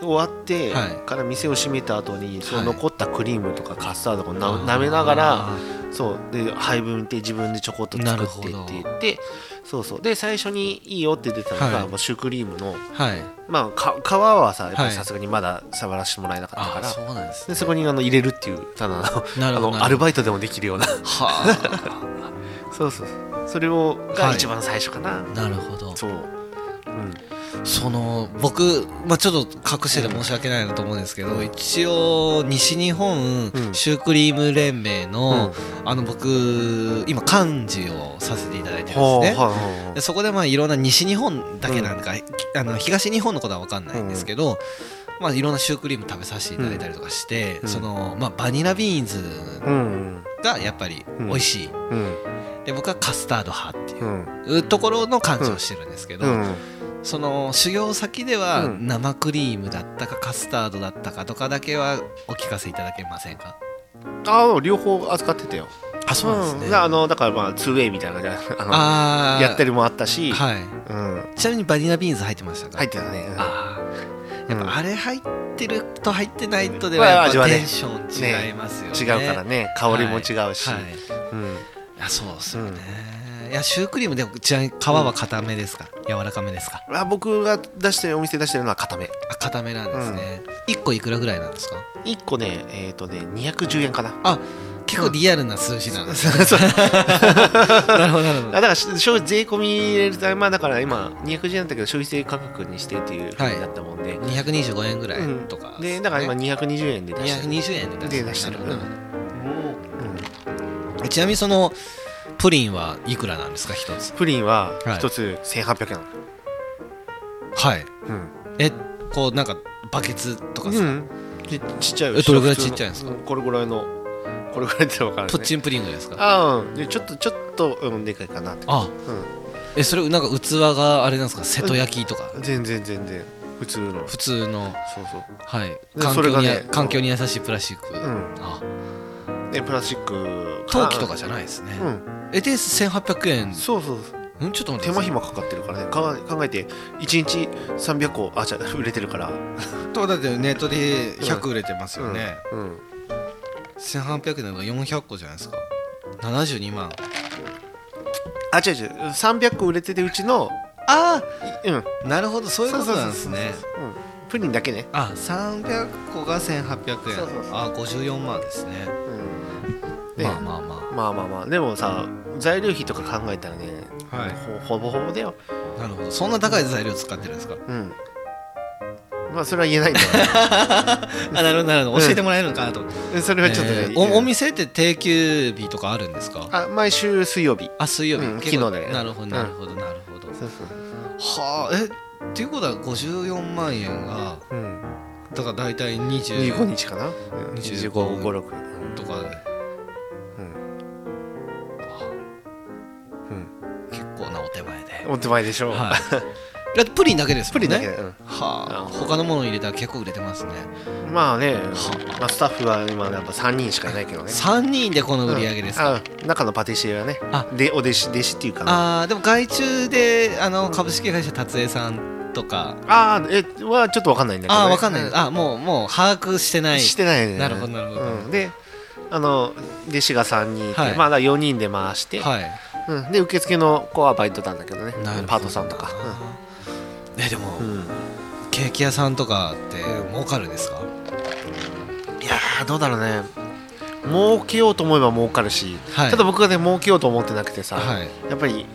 終わってはいから店を閉めた後にそはのい残ったクリームとかカスタードをなあー舐めながらそうで配分で自分でちょこっとな作るっほてどって言ってそうそうで最初にいいよって出たのが、はいもうシュークリームの、はいまあ、か皮はさやっぱはりいさすがにまだ触らせてもらえなかったあから、そうなんですで ねそこにあの入れるっていうただの なあるほどのアルバイトでもできるよ うなはそうそうそうそれをがはい一番最初かな、あなるほどそう、うん、その僕、まあ、ちょっと隠してて申し訳ないなと思うんですけど一応西日本うんシュークリーム連盟の,、あの僕今幹事をさせていただいてるんほうですね。ほうほでそこでまあいろんな西日本だけなんか、あの東日本のことは分かんないんですけど、まあ、いろんなシュークリーム食べさせていただいたりとかして、うんそのまあ、バニラビーンズううんがやっぱり美味しい、うんで僕はカスタード派っていううんところの感じをしてるんですけど、うんその修行先ではうん生クリームだったかカスタードだったかとかだけはお聞かせいただけませんかああ両方扱ってたよあそうなんですね、んあのだからまあ 2way みたいな感じでああのやったるりもあったし、はいうん、ちなみにバニラビーンズ入ってましたか入ってたね、うんああやっうんぱあれ入ってると入ってないとではまあやっ味ぱはねテンション違いますよね違うからね香りも違うし、はいはいうん、あそうですよね、いやシュークリームでもちなみに皮は固めですか、柔らかめですかあ僕が出してるお店で出してるのは固めあ固めなんですね、一1個いくらぐらいなんですか1個ねえっ、とね210円かなあ結構リアルな数 字なんですね、なるほどなるほあどだからし消費税込み入れるとまあだから今210円だったけど消費税価格にしてっていうふうになったもんで、 225円ぐらいとかうんでだから今ね220円で出してる、 220円で出してるなで出るしてるほどちなみにそのプリンはいくらなんですか一つプリンははい1つ1800円、はいうんえこうなんかバケツとかさ、うんちちっちゃいえどれぐらいちっちゃいんですかこれぐらいのこれぐらいって分からない、ね、プッチンプリングですかあうんでちょっとちょっと、うん、でかいかなってあうえそれなんか器があれなんですか瀬戸焼きとかん全然全然普通の普通のそうそうはいで環それ境がに、ね環境に優しいプラスチック、んあでプラスチック陶器とかじゃないないですね、うんえで1800円そうそううんちょっと待手ってくだ間さい暇かかってるからねか考えて1日300個あじゃあ 売れてるからとだってネットで100売れてますよね、うん、うん1800円の400個じゃないですか72万あ違う違う300個売れてるうちのあいうんあなるほどそういうことなんですねそうそうそうそううんプリンだけねあ300個が1800円そうそうそうあ54万ですねうんねまあまあままあまあまあでもさ材料費とか考えたらね、あはほほぼほぼだよいなるほどそんな高い材料使ってるんですかうんまあそれは言えないんだあなるほどなるほど教えてもらえるのかなと、 よそれはちょっとね、えーおお店って定休日とかあるんですかあ毎週水曜日あ水曜日、うん結構昨日だよなるほどうんなるほどなるほど、そうそうはあえっていうことは54万円がうんだから大体20 25日かな25 2556とかでうんうん結構なお手前で、お手前でしょう、はい、だってプリンだけですプもんリねンだけだよ、うんはあうん他のもの入れたら結構売れてますねまあね、はまあ、スタッフは今やっぱ3人しかいないけどね3人でこの売り上げですか、うんあ中のパティシエはねあでお弟子弟子っていうかなあーでも外注であの株式会社達江さんとかあーえはちょっとわかんないんだけど、あね、あ分かんないですああもうもう把握してないしてないねなるほどなるほどうん、であの弟子が3人いて、はいまあ、だ4人で回して、はいうん、で受付の子はバイトなんだけどねなるほどパートさんとか、えでも、うんうんケーキ屋さんとかって儲かるんですか、いやーどうだろうね儲けようと思えば儲かるし、はいただ僕がね儲けようと思ってなくてさ、はいやっぱり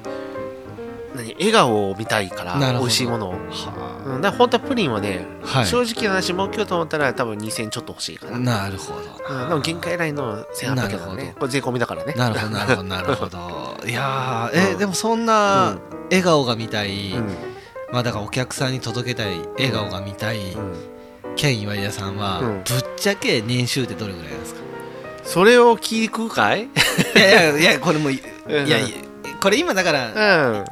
何笑顔を見たいかならるほど美味しいものを、はうん、だから本当はプリンはね、あはい正直な話儲けようと思ったら多分2000ちょっと欲しいかな、なるほどうん、でも限界ラインの1800だからなるねほどこれ税込みだからねなるほどなるほどなるほどいやーえ、 うんでもそんな笑顔が見たい、うんまあだからお客さんに届けたい笑顔が見たい、うん県岩井屋さんは、うんぶっちゃけ年収ってどれぐらいなん ですかそれを聞くかいいやいや いやこれもいうんいやいやこれ今だかうら、ん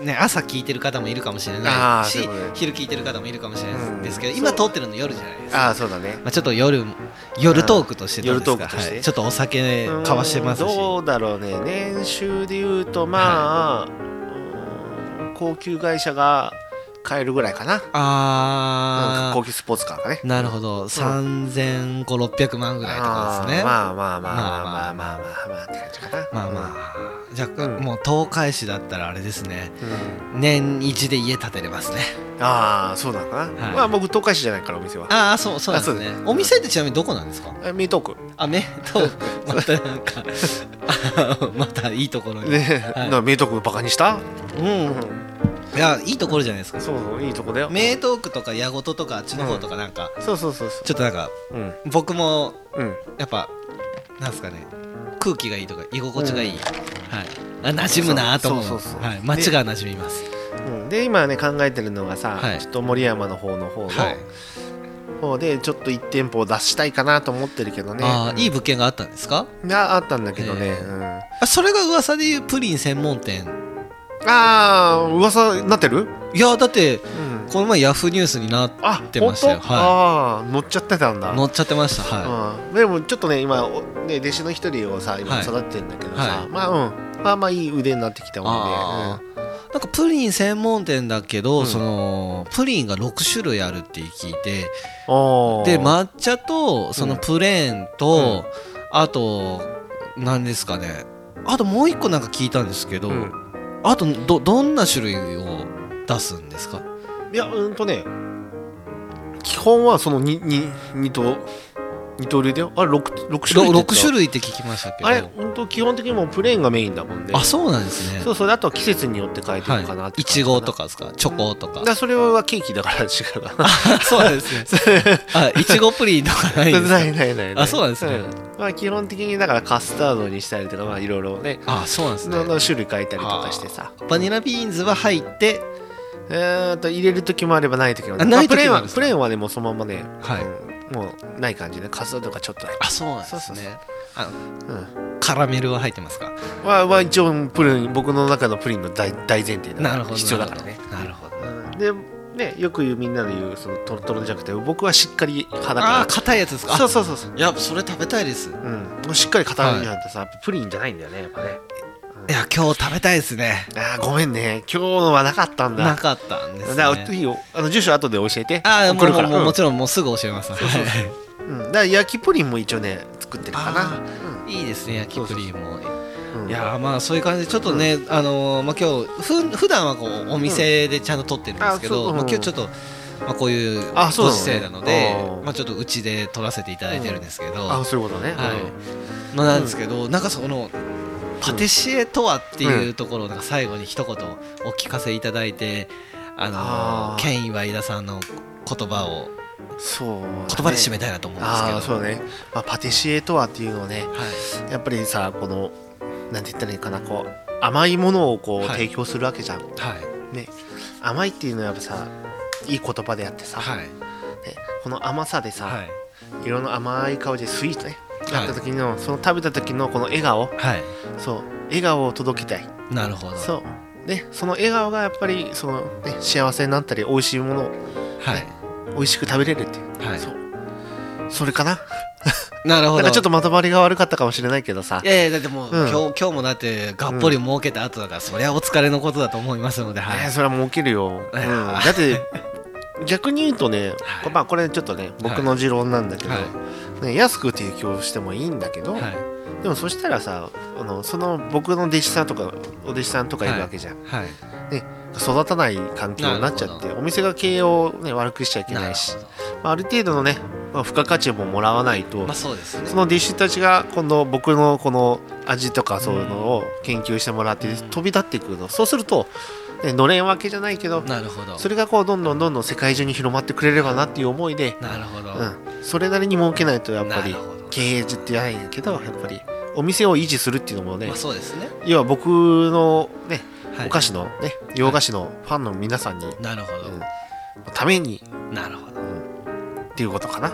ね、朝聞いてる方もいるかもしれあなーいしそういうことね昼聞いてる方もいるかもしれないですけど、うん今そう通ってるの夜じゃないですか、ああそうだねまあ、ちょっと夜夜トークとしてどうです夜トか、ークとしてはい、ちょっとお酒かわしてますうんしどうだろうね年収で言うとまあ、うん高級会社が買えるぐらいかなうんあ高級スポーツカーがねーなるほど3500600万ぐらいとかですねあーまあまあまあままああまあまあまあまあって感じかなまあまあじゃあ、うんもう東海市だったらあれですねうんうん年一で家建てれますねああそうなのかな、はいまあ僕東海市じゃないからお店はああそうそうなんですあねそうですお店ってちなみにどこなんですかえミートークあ目 とまたなんか あまたいいところに、ね、はいなメイト君バカにした、うんうんいやいいところじゃないですかそうそういいとこだよ名東区とか矢事とかあっちの方とかなんか、そうそうそうそちょっとなんかううん僕もうんやっぱなんですかね空気がいいとか居心地がいい、はいあ馴染むなと思うそうそうそうはい、街が馴染みますうんで今ね考えてるのがさ、はいちょっと森山の方の方の、はい方でちょっと1店舗を出したいかなと思ってるけどねああいいい物件があったんですかああったんだけどね、ええあそれが噂でいうプリン専門店うん、ああ噂になってる、いやだってうん、この前ヤフーニュースになっあてましたよ本当はああ乗っちゃってたんだい乗っちゃってましたはい、うん、でもちょっとね今おね弟子の一人をさは今い育ててんだけどさ、はいまあうんまあまあいい腕になってきたもんあね、ーなんかプリン専門店だけど、うんそのプリンが6種類あるって聞いてうん、おーで抹茶とそのプレーンと、あと何ですかねあともう一個なんか聞いたんですけど、うんあとどどんな種類を出すんですかいやうんとね基本はそのにに二刀二刀流だよあれ 6, 六種類ろって言っ6た種類って聞きましたけどあれ本当基本的にもうプレーンがメインだもんねあそうなんですねそうそうであとは季節によって変えてるのかなはっていい感じちごとかですかチョコとかだからそれはケーキだから違うなそうなん ですねあいちごプリンとか ないんですか ないないないないあそうなんですねんまあ、基本的にだからカスタードにしたりとかまあいろいろねあそうなんですねのの種類変えたりとかしてさバニラビーンズは入ってえーっと入れる時もあればない時もああるない時もプレーンあはるんですかプレーンはねもうそのままね、はいうんもうない感じねカスタードがちょっとだけあそうなんですねそうそうそうあのうんカラメルは入ってますかは、は一応プリン僕の中のプリンの大大前提だなるほど必要だからねなるほどでねよく言うみんなで言うそのトロトロじゃなくて僕はしっかり派だああかー硬いやつですからそうそうそうそういやそれ食べたいですいうん、もうしっかり固めになってさ、プリンじゃないんだよねやっぱねや今日食べたいですねあーごめんね今日のはなかったんだなかったんですねだからいいよあの住所後で教えてああも送うるからもうもうんちろんもうすぐ教えますはいうんだから焼きプリンも一応ね作ってるかなあいいですね焼きプリンもうんいやーまあそういう感じでちょっとね、あのーまあ、今日ふ普段はこうお店でちゃんと撮ってるんですけあそうど、うんまあ、今日ちょっと、まあ、こういうあそごうなの時世なのであーまあ、ちょっとうちで撮らせていただいてるんですけど、あそういうことね、はいうんまあ、なんですけど、なんかそのパティシエとはっていうところをなんか最後に一言お聞かせいただいて、あのあーケン岩井田さんの言葉をそうだね、言葉で締めたいなと思うんですけど、ああそうだね、まあ、パティシエとはっていうのはねはいやっぱりさこのなんて言ったらいいかなこう甘いものをこう、はい提供するわけじゃんはいね甘いっていうのはやっぱさいい言葉であってさ、はいねこの甘さでさ、はい色の甘い顔でスイーツねいやった時の、その食べた時のこの笑顔はいそう笑顔を届けたいなるほどそうねその笑顔がやっぱりその、ね、幸せになったり美味しいものをはい美味しく食べれるっていう、はいそうそれかななるだほかどらちょっとまとまりが悪かったかもしれないけどさいやいやだってもう、う今ん日今日もだってがっぽり儲けた後だから、そりゃお疲れのことだと思いますので、はいえーそれはもう起きるよ、ういん、やだって逆に言うとね、はいまあこれちょっとね僕の持論なんだけど、はね、安く提供してもいいんだけど、はいでもそしたらさあのその僕の弟子さんとかお弟子さんとかいるわけじゃん、はい育たない環境になっちゃってお店が経営を、ね、悪くしちゃいけないなしるまあ、ある程度のね、まあ、付加価値ももらわないほと、どまあそうですねその弟子たちが今度僕のこの味とかそういうのを研究してもらって飛び立っていくのそうすると、ね、のれんわけじゃないけどなるほどそれがこうどんどんどんどん世界中に広まってくれればなっていう思いで、なるほど、うん、それなりに儲けないとやっぱりなるほど経営ってやらないんだけどやっぱりお店を維持するっていうのもね、まあそうですね要は僕のね、はいお菓子のね洋菓子のファンの皆さんに、なるほうん、ためにどなるほどっていうことかなあ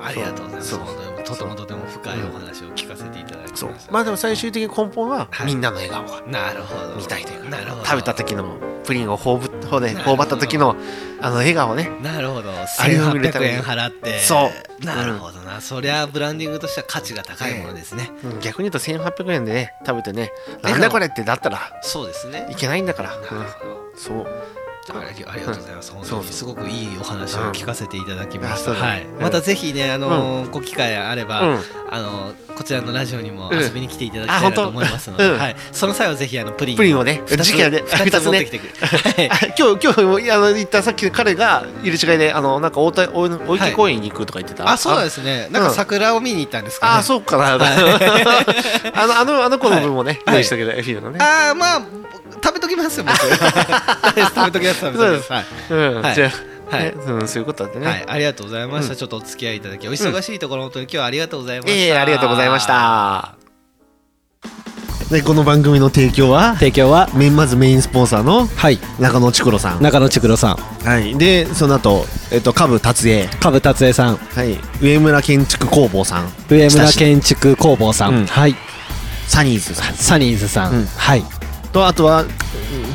ーありがとうございますそう本当にとてもとても深いお話を聞かせていただきましそうたまあでも最終的に根本ははいみんなの笑顔がなるほど見たいというか、なるほど食べた時のプリンを頬ぶ頬でなるほど頬張った時のあの笑顔ねなるほどれを見る1800ために円払ってそうなるほどな、そりゃブランディングとしては価値が高いものですね、うん逆に言うと1800円でね食べてね笑顔なんだこれってなったらそうですねいけないんだから、なるほどそうありありがとうございます。本当そうにそうすごくいいお話を聞かせていただきました。うんあそうだはいね。またぜひね、あのーご機会あれば、うんあのーこちらのラジオにもうん遊びに来ていただきあたい本な当と思いますので、うんはい。その際はぜひあのプリンプリンをね二つ次回ね二二つつ持っねてきてくれ。はい。あ今日今日もいやあの言ったさっき彼が入れ違いであのなんか大田大大池公園に行くとか言ってた、あ、そうなんでですすね。なんか桜を見に行ったんですかね。ああそうかな あのあのあの子の分もね、はい用意したけどエフィールのねあーまあ食べとき ますよ僕食べときます食べときますはいうん、はいじゃあ、はいねうん、そういうことだってね、はい、ありがとうございました、うんちょっとお付き合いいただきお忙しいところ本当に今日はありがとうございました、ええありがとうございましたでこの番組の提供は提供はメインまずメインスポンサーのはい中野ちくろさん、中野千黒さんはい、でその後、えっと下部達也、株達也さんはい、上村建築工房さん上村建築工房さん、うんはいサニーズさんサニーズさん、うんはいとあと は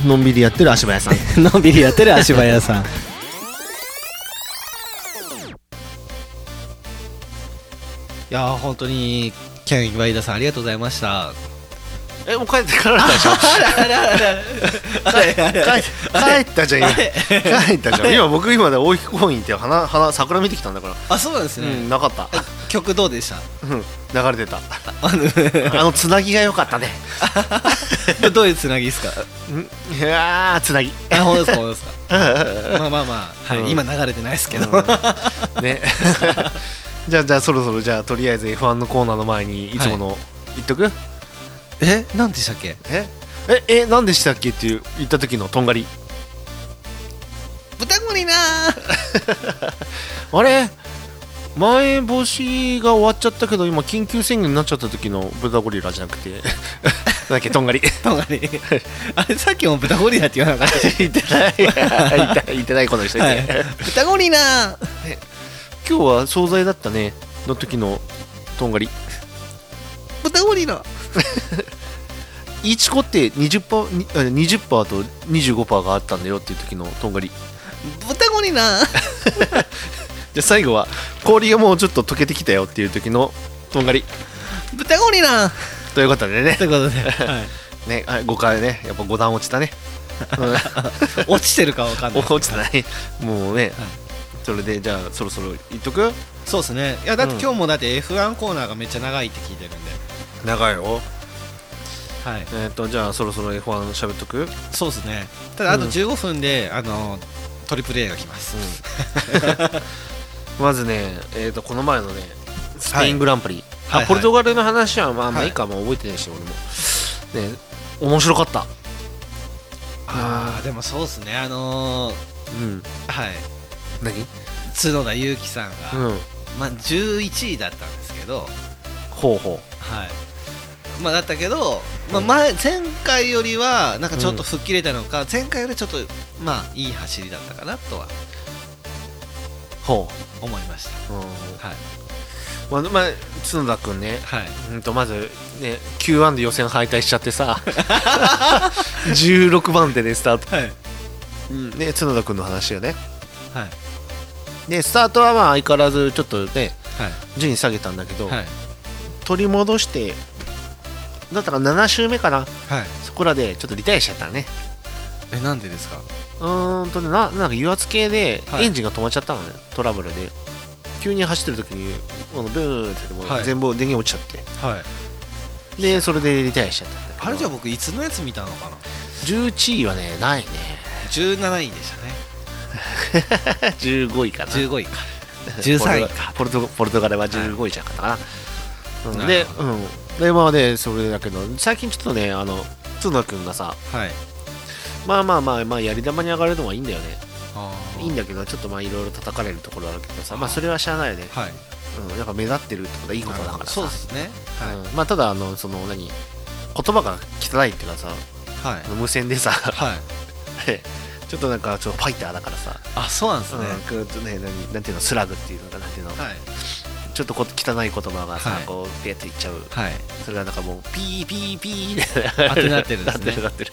のんびりやってる足早さんのんびりやってる足早さ んいやー本当にケン岩井田さんありがとうございましたえもう帰って帰られたでしょ帰帰ったじゃん今帰ったじゃん今僕今で大木公園行って花花桜見てきたんだから、あそうなんですね、うん、なかった、曲どうでしたうん、流れてた あのつなぎが良かったね どういうつなぎですかいやーつなぎあ本当ですか本当ですか まあまあまあ、はいうん今流れてないですけど、ね じゃあじゃあそろそろじゃあとりあえず F1 のコーナーの前にいつもの、言っとく えなんでしたっけえええ何でしたっけっていう言った時のとんがり豚ゴリなあれまん延防止が終わっちゃったけど今緊急宣言になっちゃった時のブダゴリラじゃなくて なんだっけとんがり豚ゴリあれさっきも豚ゴリラって言わなかった 言ってない言って言ってないことにしといて、はい豚ゴリラ今日は惣菜だったねの時のとんがり豚ゴリラ いちこって20%パーにあ20%パーと25%パーがあったんだよっていう時のとんがり豚ゴリ ラじゃあ最後は氷がもうちょっと溶けてきたよっていう時のとんがり豚ゴリラということ でねということで、はい、ねはい5回ねやっぱ5段落ちたね、 うん落ちてるかわかんない落ちたね もうね、それでじゃあそろそろ言っとくそうですねいやだってうん今日もだって F1 コーナーがめっちゃ長いって聞いてるんで、長いよはい、えっ、とじゃあそろそろ F1 しゃべっとくそうですねただあとうん15分で、あのトリプル A が来ます、まずねえっ、とこの前のねスはペイいングランプリ、はいはいあポルトガルの話はまあまあはいいいか、もう覚えてないし俺もね面白かったああでもそうですねあのうんー、はい何角田裕樹さんが、うんまあ、11位だったんですけどほうほはいまあだったけど、まあ、前前回よりはなんかちょっと吹っ切れたのか、前回よりちょっとまあいい走りだったかなとはうほ思いましう、うんたはいまあ、まあ、角田君ね、はいうんとまず、ね、Q1 で予選敗退しちゃって さ16番手でスタート、はいね、角田君の話よねはいでスタートはまあ相変わらずちょっとねはい順位下げたんだけど、はい取り戻してだったか7周目かなはいそこらでちょっとリタイアしちゃったねえなんでですかうーんとねななんか油圧系ではいエンジンが止まっちゃったのね、トラブルで急に走ってる時にあのブーンってもうはい全部電源落ちちゃって、はいでそれでリタイアしちゃったんだけどあれじゃあ僕いつのやつ見たのかな11位はね ないね17位でしたね15位かな15位か13位かポルトポルトガルは15位じゃなかったかな、うんなでる、うん、でまあねそれだけど最近ちょっとねあの角田君がさはいまあまあまあまあやり玉に上がるのはいいんだよねあいいんだけどちょっとまあいろいろ叩かれるところあるけどさまあそれはしゃあないよね、はいうん、やっぱ目立ってるってことはいいことだからさそうですねはいうんまあただあのその何言葉が汚いっていうかさはいあの無線でさ はいちょっとなんかちょっとファイターだからさ、あそうなんですねうん、ちょっとね何なんていうのスラグっていうのかなんていうの、はいちょっとこう汚い言葉がさ、はいこうピュッていっちゃうはいそれがなんかもうピーピーピー 当てになってるんですねなってるなってる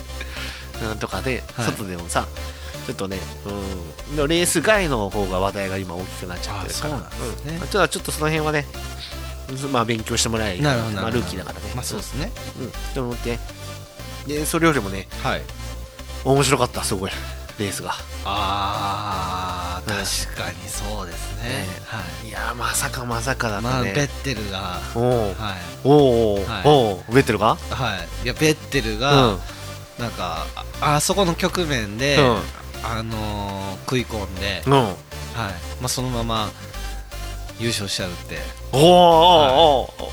うんとかで、はい外でもさちょっとね、うん、でもレース外の方が話題が今大きくなっちゃってるからあそうなんですねうんただちょっとその辺はねまあ勉強してもらえばいいなるほどなまあ、るほどルーキーだからね、まあそうですねうん、と思ってでそれよりもねはい面白かったすごいレースがあうんー確かにそうですね、ねはいやーまさかまさかだっまたあ、ね、ベッテルが、おおはおうおうはいおうベッテルがい、はい、いやベッテルうが、んなんかああそこの局面で、あのー食い込んで、うんうんはいまあ、そのまま優勝しちゃうって、おおおうおうおう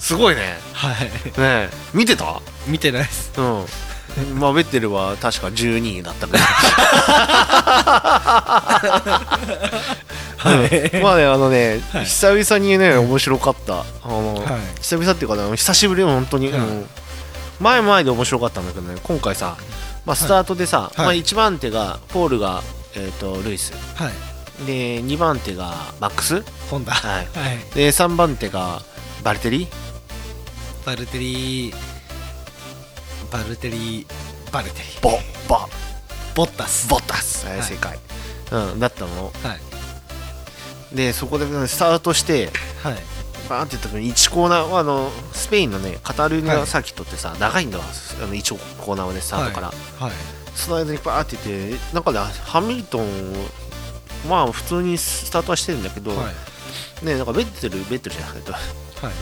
すごいねはい、 ねえ見てた見てないですうんまあベッテルは確か12位だったからまあねあのね、はい久々にね面白かったあの、はい久々っていうかね久しぶりよ本当に、はいうん前前で面白かったんだけどね今回さ、まあ、スタートでさ、いはいまあ、1番手がポールが、えー、とルイスはいで2番手がマック ス、本田ははい、いで3番手がバルテリバルテリーバルテリーバルテリーボボボッタスボタス、はいはい正解、うん、だったのはいでそこでねスタートしてはいバーンって言った時に1コーナーはあのスペインのねカタルーニはャいサーキットってさ、長いんだわあの1コーナーはねスタートから、はいその間にバーって言ってなんかねハミルトンまあ普通にスタートはしてるんだけど、はいねなんかベッテルベッテルじゃなくてはい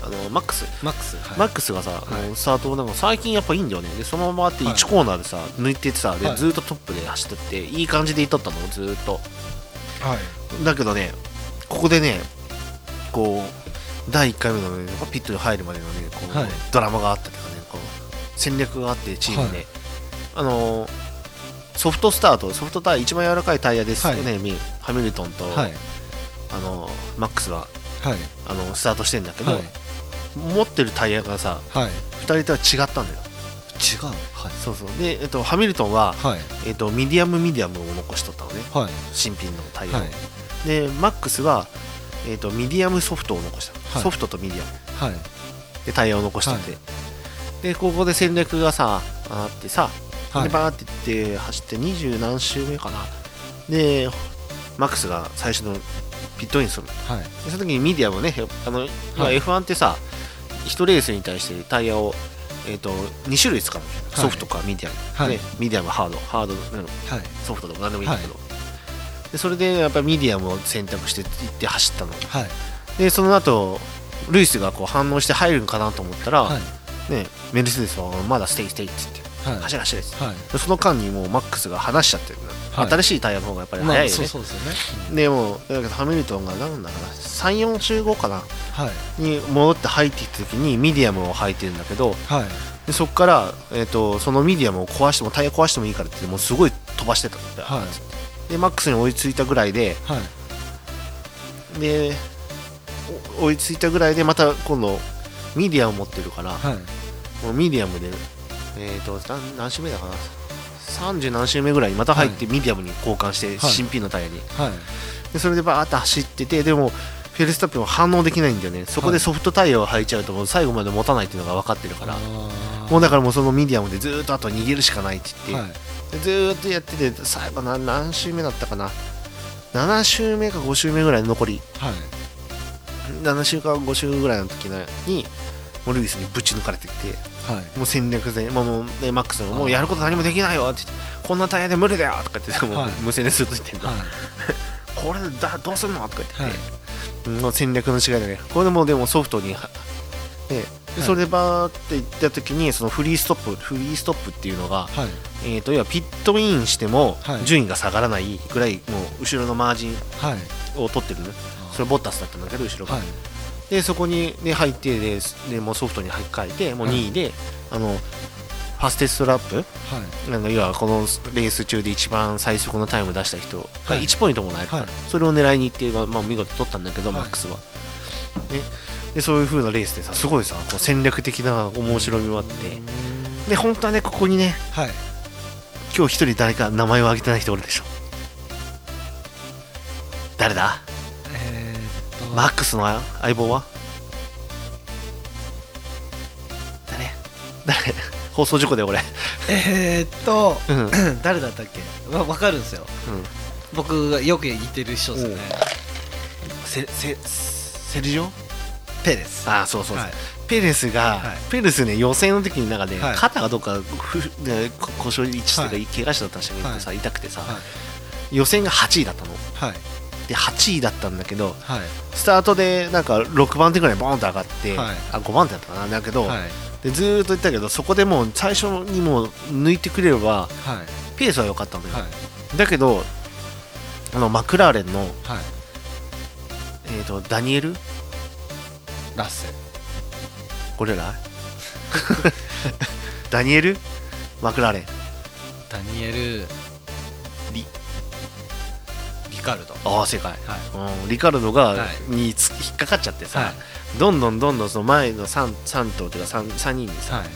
あのマックス、マックスはいマックスがさ、あのスタートなんか最近やっぱいいんだよねでそのままあってはい1コーナーでさ、抜いてってさではいずーっとトップで走ってっていい感じでいっとったのずーっとはいだけどねここでねこう第1回目の、ね、ピットに入るまでのねこう、はいドラマがあったというかねこう戦略があってチームで、はいあのーソフトスタートソフトタイヤ一番柔らかいタイヤですよね、はみハミルトンと、はいあのーマックスが、はいあのースタートしてんだけど、はい持ってるタイヤがさはい2人とは違ったんだよ違うはいそうそうで、えっと、ハミルトンは、はいえっと、ミディアムミディアムを残しとったのねはい新品のタイヤを、はいでマックスは、えー、とミディアムソフトを残した、はいソフトとミディアはムいでタイヤを残してて、はでここで戦略がさあってさ、はいでバーっていって走って二十何周目かなでマックスが最初のピットインするではいその時にミディアムをねへあの、今はい F1 ってさ1レースに対してタイヤを、えー、と2種類使うのはいソフトかミディアム、はいでミディアムハードハードなのはいソフトでも何でもいいんだけど、でそれでやっぱりミディアムを選択していって走ったのはいでその後ルイスがこう反応して入るんかなと思ったら、はいね、メルセデスはまだステイステイって言って、はい走れ走れって言ってはいでその間にもうマックスが離しちゃってる、はい新しいタイヤの方がやっぱりま速あいよそねう、そうですよねでもだけどハミルトンが何だかな34周後かなはいに戻って入ってきた時にミディアムを履いてるんだけどはいでそこから、えー、とそのミディアムを壊してもタイヤ壊してもいいからって言ってもうすごい飛ばしてたんだよ、はいでマックスに追いついたぐらいではいでお追いついたぐらいでまた今度ミディアム持ってるから、はいもうミディアムでえっ、と何何周目だかな30何周目ぐらいにまた入ってミディアムに交換して、はい新品のタイヤにはいでそれでバーッと走っててでもフェルスタッペンは反応できないんだよねそこはでいソフトタイヤを履いちゃうともう最後まで持たないっていうのが分かってるから、あもうだからもうそのミディアムでずーっとあと逃げるしかないってー言って、はいでずーっとやってて最後何何周目だったかな7周目か5周目ぐらいの残りはい7週間5週ぐらいの時にもうルイスにぶち抜かれてきてはいもう戦略で、まあ、もうねマックスがもうやること何もできないよって言ってこんなタイヤで無理だよとか言ってもうはい無線でずっと言ってんの、はいこれだどうすんのとか言って、はいもう戦略の違いだねこれでもうでもソフトには、ねいでそれでバーって行った時にそのフリーストップフリーストップっていうのが、はいえー、と要はピットインしてもはい順位が下がらないぐらいもう後ろのマージンはいを取ってるねそれボッタスだったんだけど後ろが、はいでそこに、ね、入ってででもうソフトに入ってもう2位で、あのファステストラップはいあの要はこのレース中で一番最速のタイムを出した人がはい1ポイントもらえるから、はいそれを狙いに行って、まあまあ、見事取ったんだけど、はいマックスは。ね、でそういう風なレースでさすごいさこう戦略的な面白みもあってで本当はねここにねはい今日一人誰か名前を挙げてない人おるでしょ誰だえーっとマックスの相棒は誰誰放送事故だよ俺えーっとうん、誰だったっけわわかるんですよ僕がよく言ってる人ですねセセセルジオペレスああそうそうそう、はいペレスが、はいペレスね予選の時になんかね、はい肩がどっかふねこ故障一してか、はい怪我しちゃったんだけどさ、痛くてさ、は予選が8位だったのはいで8位だったんだけどはいスタートでなんか6番手ぐらいにボーンと上がって、はいあ5番手だったかなだけど、はいでずーっと言ったけどそこでもう最初にもう抜いてくれればはいペースは良かったのよ、はいだけどあのマクラーレンの、はいえー、とダニエルラッセ ゴレラダニエルマクラーレンダニエルリリカルドああ正解、はいうん、リカルドが、はいにつ引っかかっちゃってさ、はいどんどんどんどんその前の 3, 3頭というか 3, 3人にさ、はい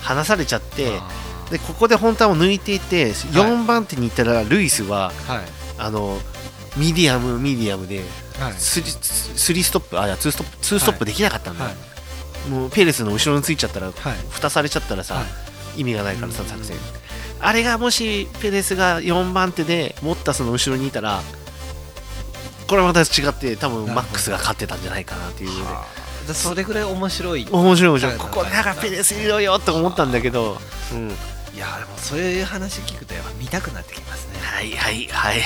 離されちゃってあでここで本当はもう抜いていて4番手に行ったらルイスは、ーはいあのミディアムミディアムではいスリスリーストップあいやツーストップツーストップできなかったんだよ、はいもうペレスの後ろについちゃったら、はい蓋されちゃったらさ、は意味がないからさうん作戦あれがもしペレスが4番手でモッタスの後ろにいたらこれはまた違って多なる分ほどマックスが勝ってたんじゃないかなっていう、ね、でそれぐらい面白いい面白い面白はいいここなんかペレスいるよと思ったんだけど、うん、やーでもそういう話聞くとやっぱ見たくなってきますねはいはいはい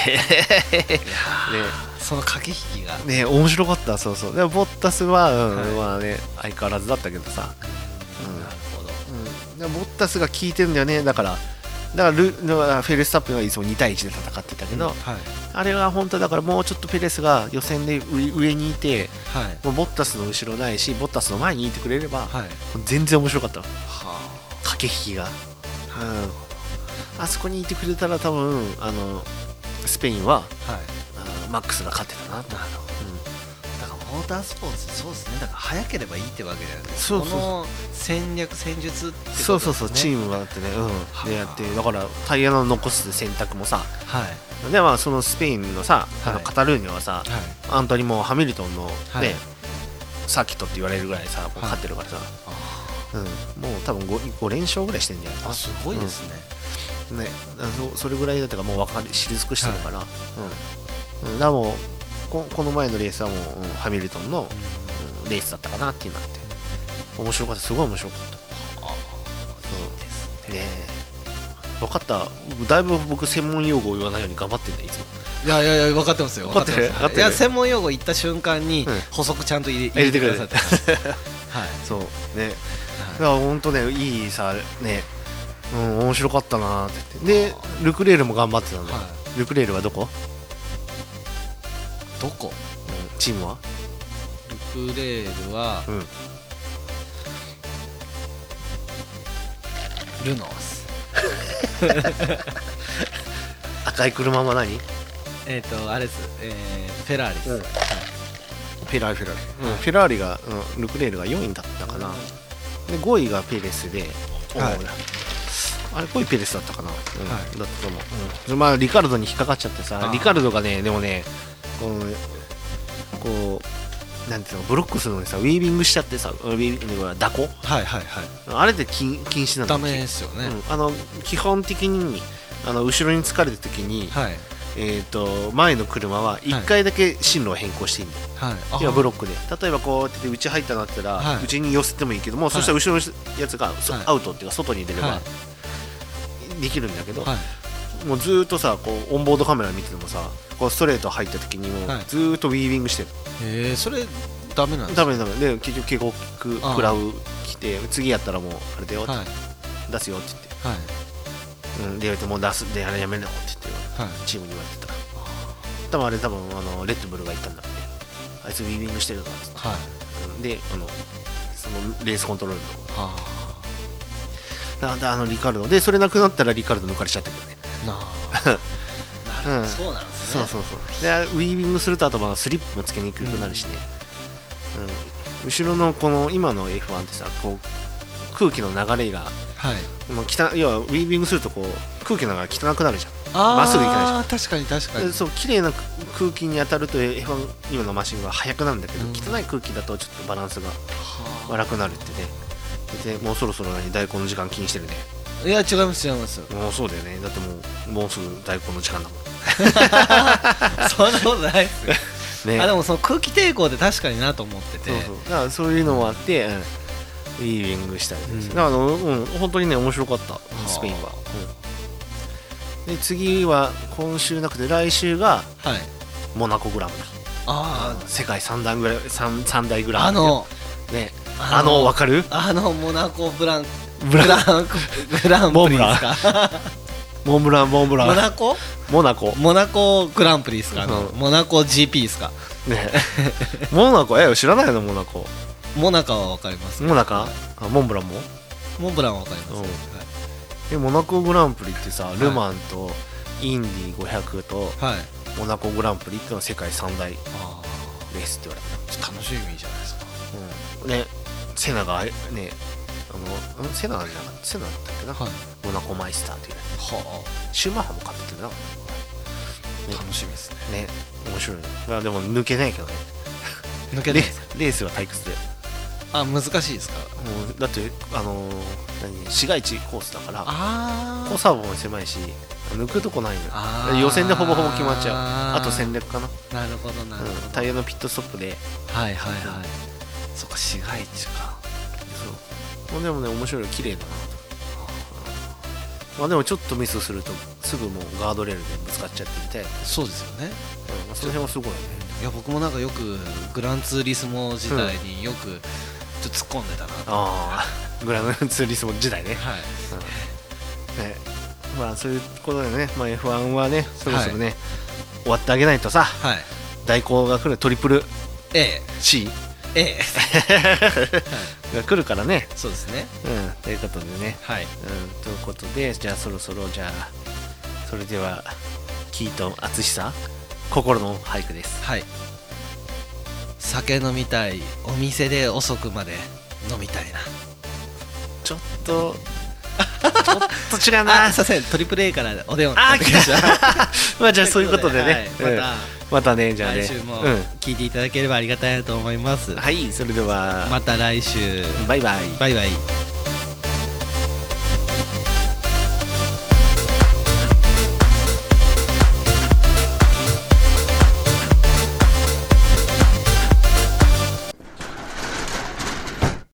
その駆け引きがねね面白かったそうそうでもボッタスは、うんはいまあね相変わらずだったけどさ、うんなるほどうん、でボッタスが効いてるんだよねだからだからルだからフェルスタッペンはいつも2対1で戦ってたけど、はいあれは本当だからもうちょっとペレスが予選で上上にいてはいもうボッタスの後ろないしボッタスの前にいてくれれば、はい全然面白かったは駆け引きが、うん、あそこにいてくれたら多分あのスペインはあはいあマックスが勝ってたなと、なるほどだからモータースポーツそうですねだから早ければいいってわけじゃないですそうそうそうこの戦略戦術ってことです、ね、そうそうそう、チームはだってね、うん、でやってだからタイヤの残す選択もさはいはいでまあそのスペインのさ、あのはいカタルーニャはさアントニもうハミルトンの、ねはいサーキットって言われるぐらいさもう勝ってるからさ、うん、もう多分 5, 5連勝ぐらいしてんじゃないかあすごいですね、ねあそそれぐらいだったからもう分かり知り尽くしてるから、うんうん、だからもうここの前のレースはもう、うんハミルトンの、うんレースだったかなっていうのがあって面白かったすごい面白かったうんね分かっただいぶ僕専門用語を言わないように頑張ってんだいつもいやいやいや分かってますよ分かってるます分かってるいや専門用語言った瞬間にうん補足ちゃんと入れ入れてくれ入るれてくださって はいそうねだから本当ねいいさねうん面白かったなーって言ってでルクレールも頑張ってたの、はルクレールはどこ、どこうんチームはルクレールはうんルノース赤い車は何えっ、とあれです、えーフェラーリです、うんフェラーリフェラーリ、うん、フェラーリが、うん、ルクレールが4位だったかな、で5位がペレスで、はいおーあれ5位ペレスだったかな、うんはだったと思う、うんまあリカルドに引っかかっちゃってあさーリカルドがねでもねこうこうなんていうのブロックするのにさウィービングしちゃってさウィービングはダコはいはいはいあれで禁禁止なんだダメですよね、うんあの基本的にあの後ろに疲れる時に、はいえー、と前の車は1回だけ進路を変更していいんだよ、はい要はブロックで例えばこうやって内入ったなったら、はい内に寄せてもいいけども、そしたら後ろのやつが、そはいアウトっていうか外に出れば、はできるんだけど、はいもうずーっとさこうオンボードカメラ見ててもさこうストレート入った時にもはいうずーっとウィービングしてる、えー、それダメなんですダかメダメで結局警告あー食らう来て次やったらもうあれだよ、はい出すよって言ってはいうん、で言われてもう出すであれやめなよって言ってはいチームに言われてた多分あれ多分あのレッドブルが言ったんだってあいつウィービングしてるからっつってはいうんであのそのレースコントロールのとこあだだあのリカルドでそれなくなったらリカルド抜かれちゃったけどねーなあなるほど、 うんそうなんですそねうそうそうでウィービングするとあとまあスリップもつけにくくなるしね、うん後ろのこの今の F1 ってさこう空気の流れがはいもう汚要はウィービングするとこう空気の流れが汚くなるじゃんあーまっすぐ行けないじゃん確かに確かでにそう綺麗な空気に当たると F1 今のマシンは速くなるんだけど、うん汚い空気だとちょっとバランスがは悪くなるってねでもうそろそろ何大根の時間気にしてるねあいや違います違い ますもうそうだよねだってもうもうすぐ大根の時間だもんそんなことないですよ、ねあでもその空気抵抗で確かになと思っててそうそうだからそういうのもあって、うんいいウィングしたいです、うんだからあの、うん、本当にね面白かったあスペインは、うんで次は今週なくて来週がはいモナコグラムだあ世界三大グラ三三大グラあムあのねああののわかるあのモナコブラ ンブラブランブランプリですかモンブランモンブラモンナコモナコモナコグランプリですか、あのうんモナコ GP ですか ねモナコえ知らないのモナコモナカはわかりますモナカあモンブランもモンブランはわかります、うんはいえモナコグランプリってさルマンとインディ500とはい、モナコグランプリっていうのは世界三大レあースって言われあ楽しみじゃないですかた、うん、ねセナがあれねあのんセナじゃなかったセナだったっけな、はいモナコマイスターっていうねはシューマッハも勝っててなねあ楽しみですねね面白いねまあでも抜けないけどね抜けレないーですスレースは退屈であ難しいですかもうだってあのー何市街地コースだからあコース幅も狭いし抜くとこないのよあー予選でほぼほぼ決まっちゃうあと戦な略かな、うるほどなるほど、ん、タイヤのピットストップではいはいはいそっか市街地かそうもうでもね面白い綺麗だなと、まあ、でもちょっとミスするとすぐもうガードレールでぶつかっちゃってみたいな、そうですよねうんまあその辺はすごいねいや僕もなんかよくグランツーリスモ時代によくちょっと突っ込んでたなと、ああグランツーリスモ時代ねはいねまあそういうことでね、まあ、F1 はねそろそろね、終わってあげないとさはい代行が来るトリプルええ C ええが来るからね、そうですねうん、ということでね、はいうん、ということでじゃあそろそろじゃあそれではキートン淳さん心の俳句ですはい酒飲みたいお店で遅くまで飲みたいなちょっとちょっと違うあなあすいませんトリプル A からお電話あかーけてきました まあじゃあそういうことでね、はいうんままたねじたゃあね来週もう聞いていただければありがたいなと思います、ん、はいそれでは、また来週バイバイバイバイ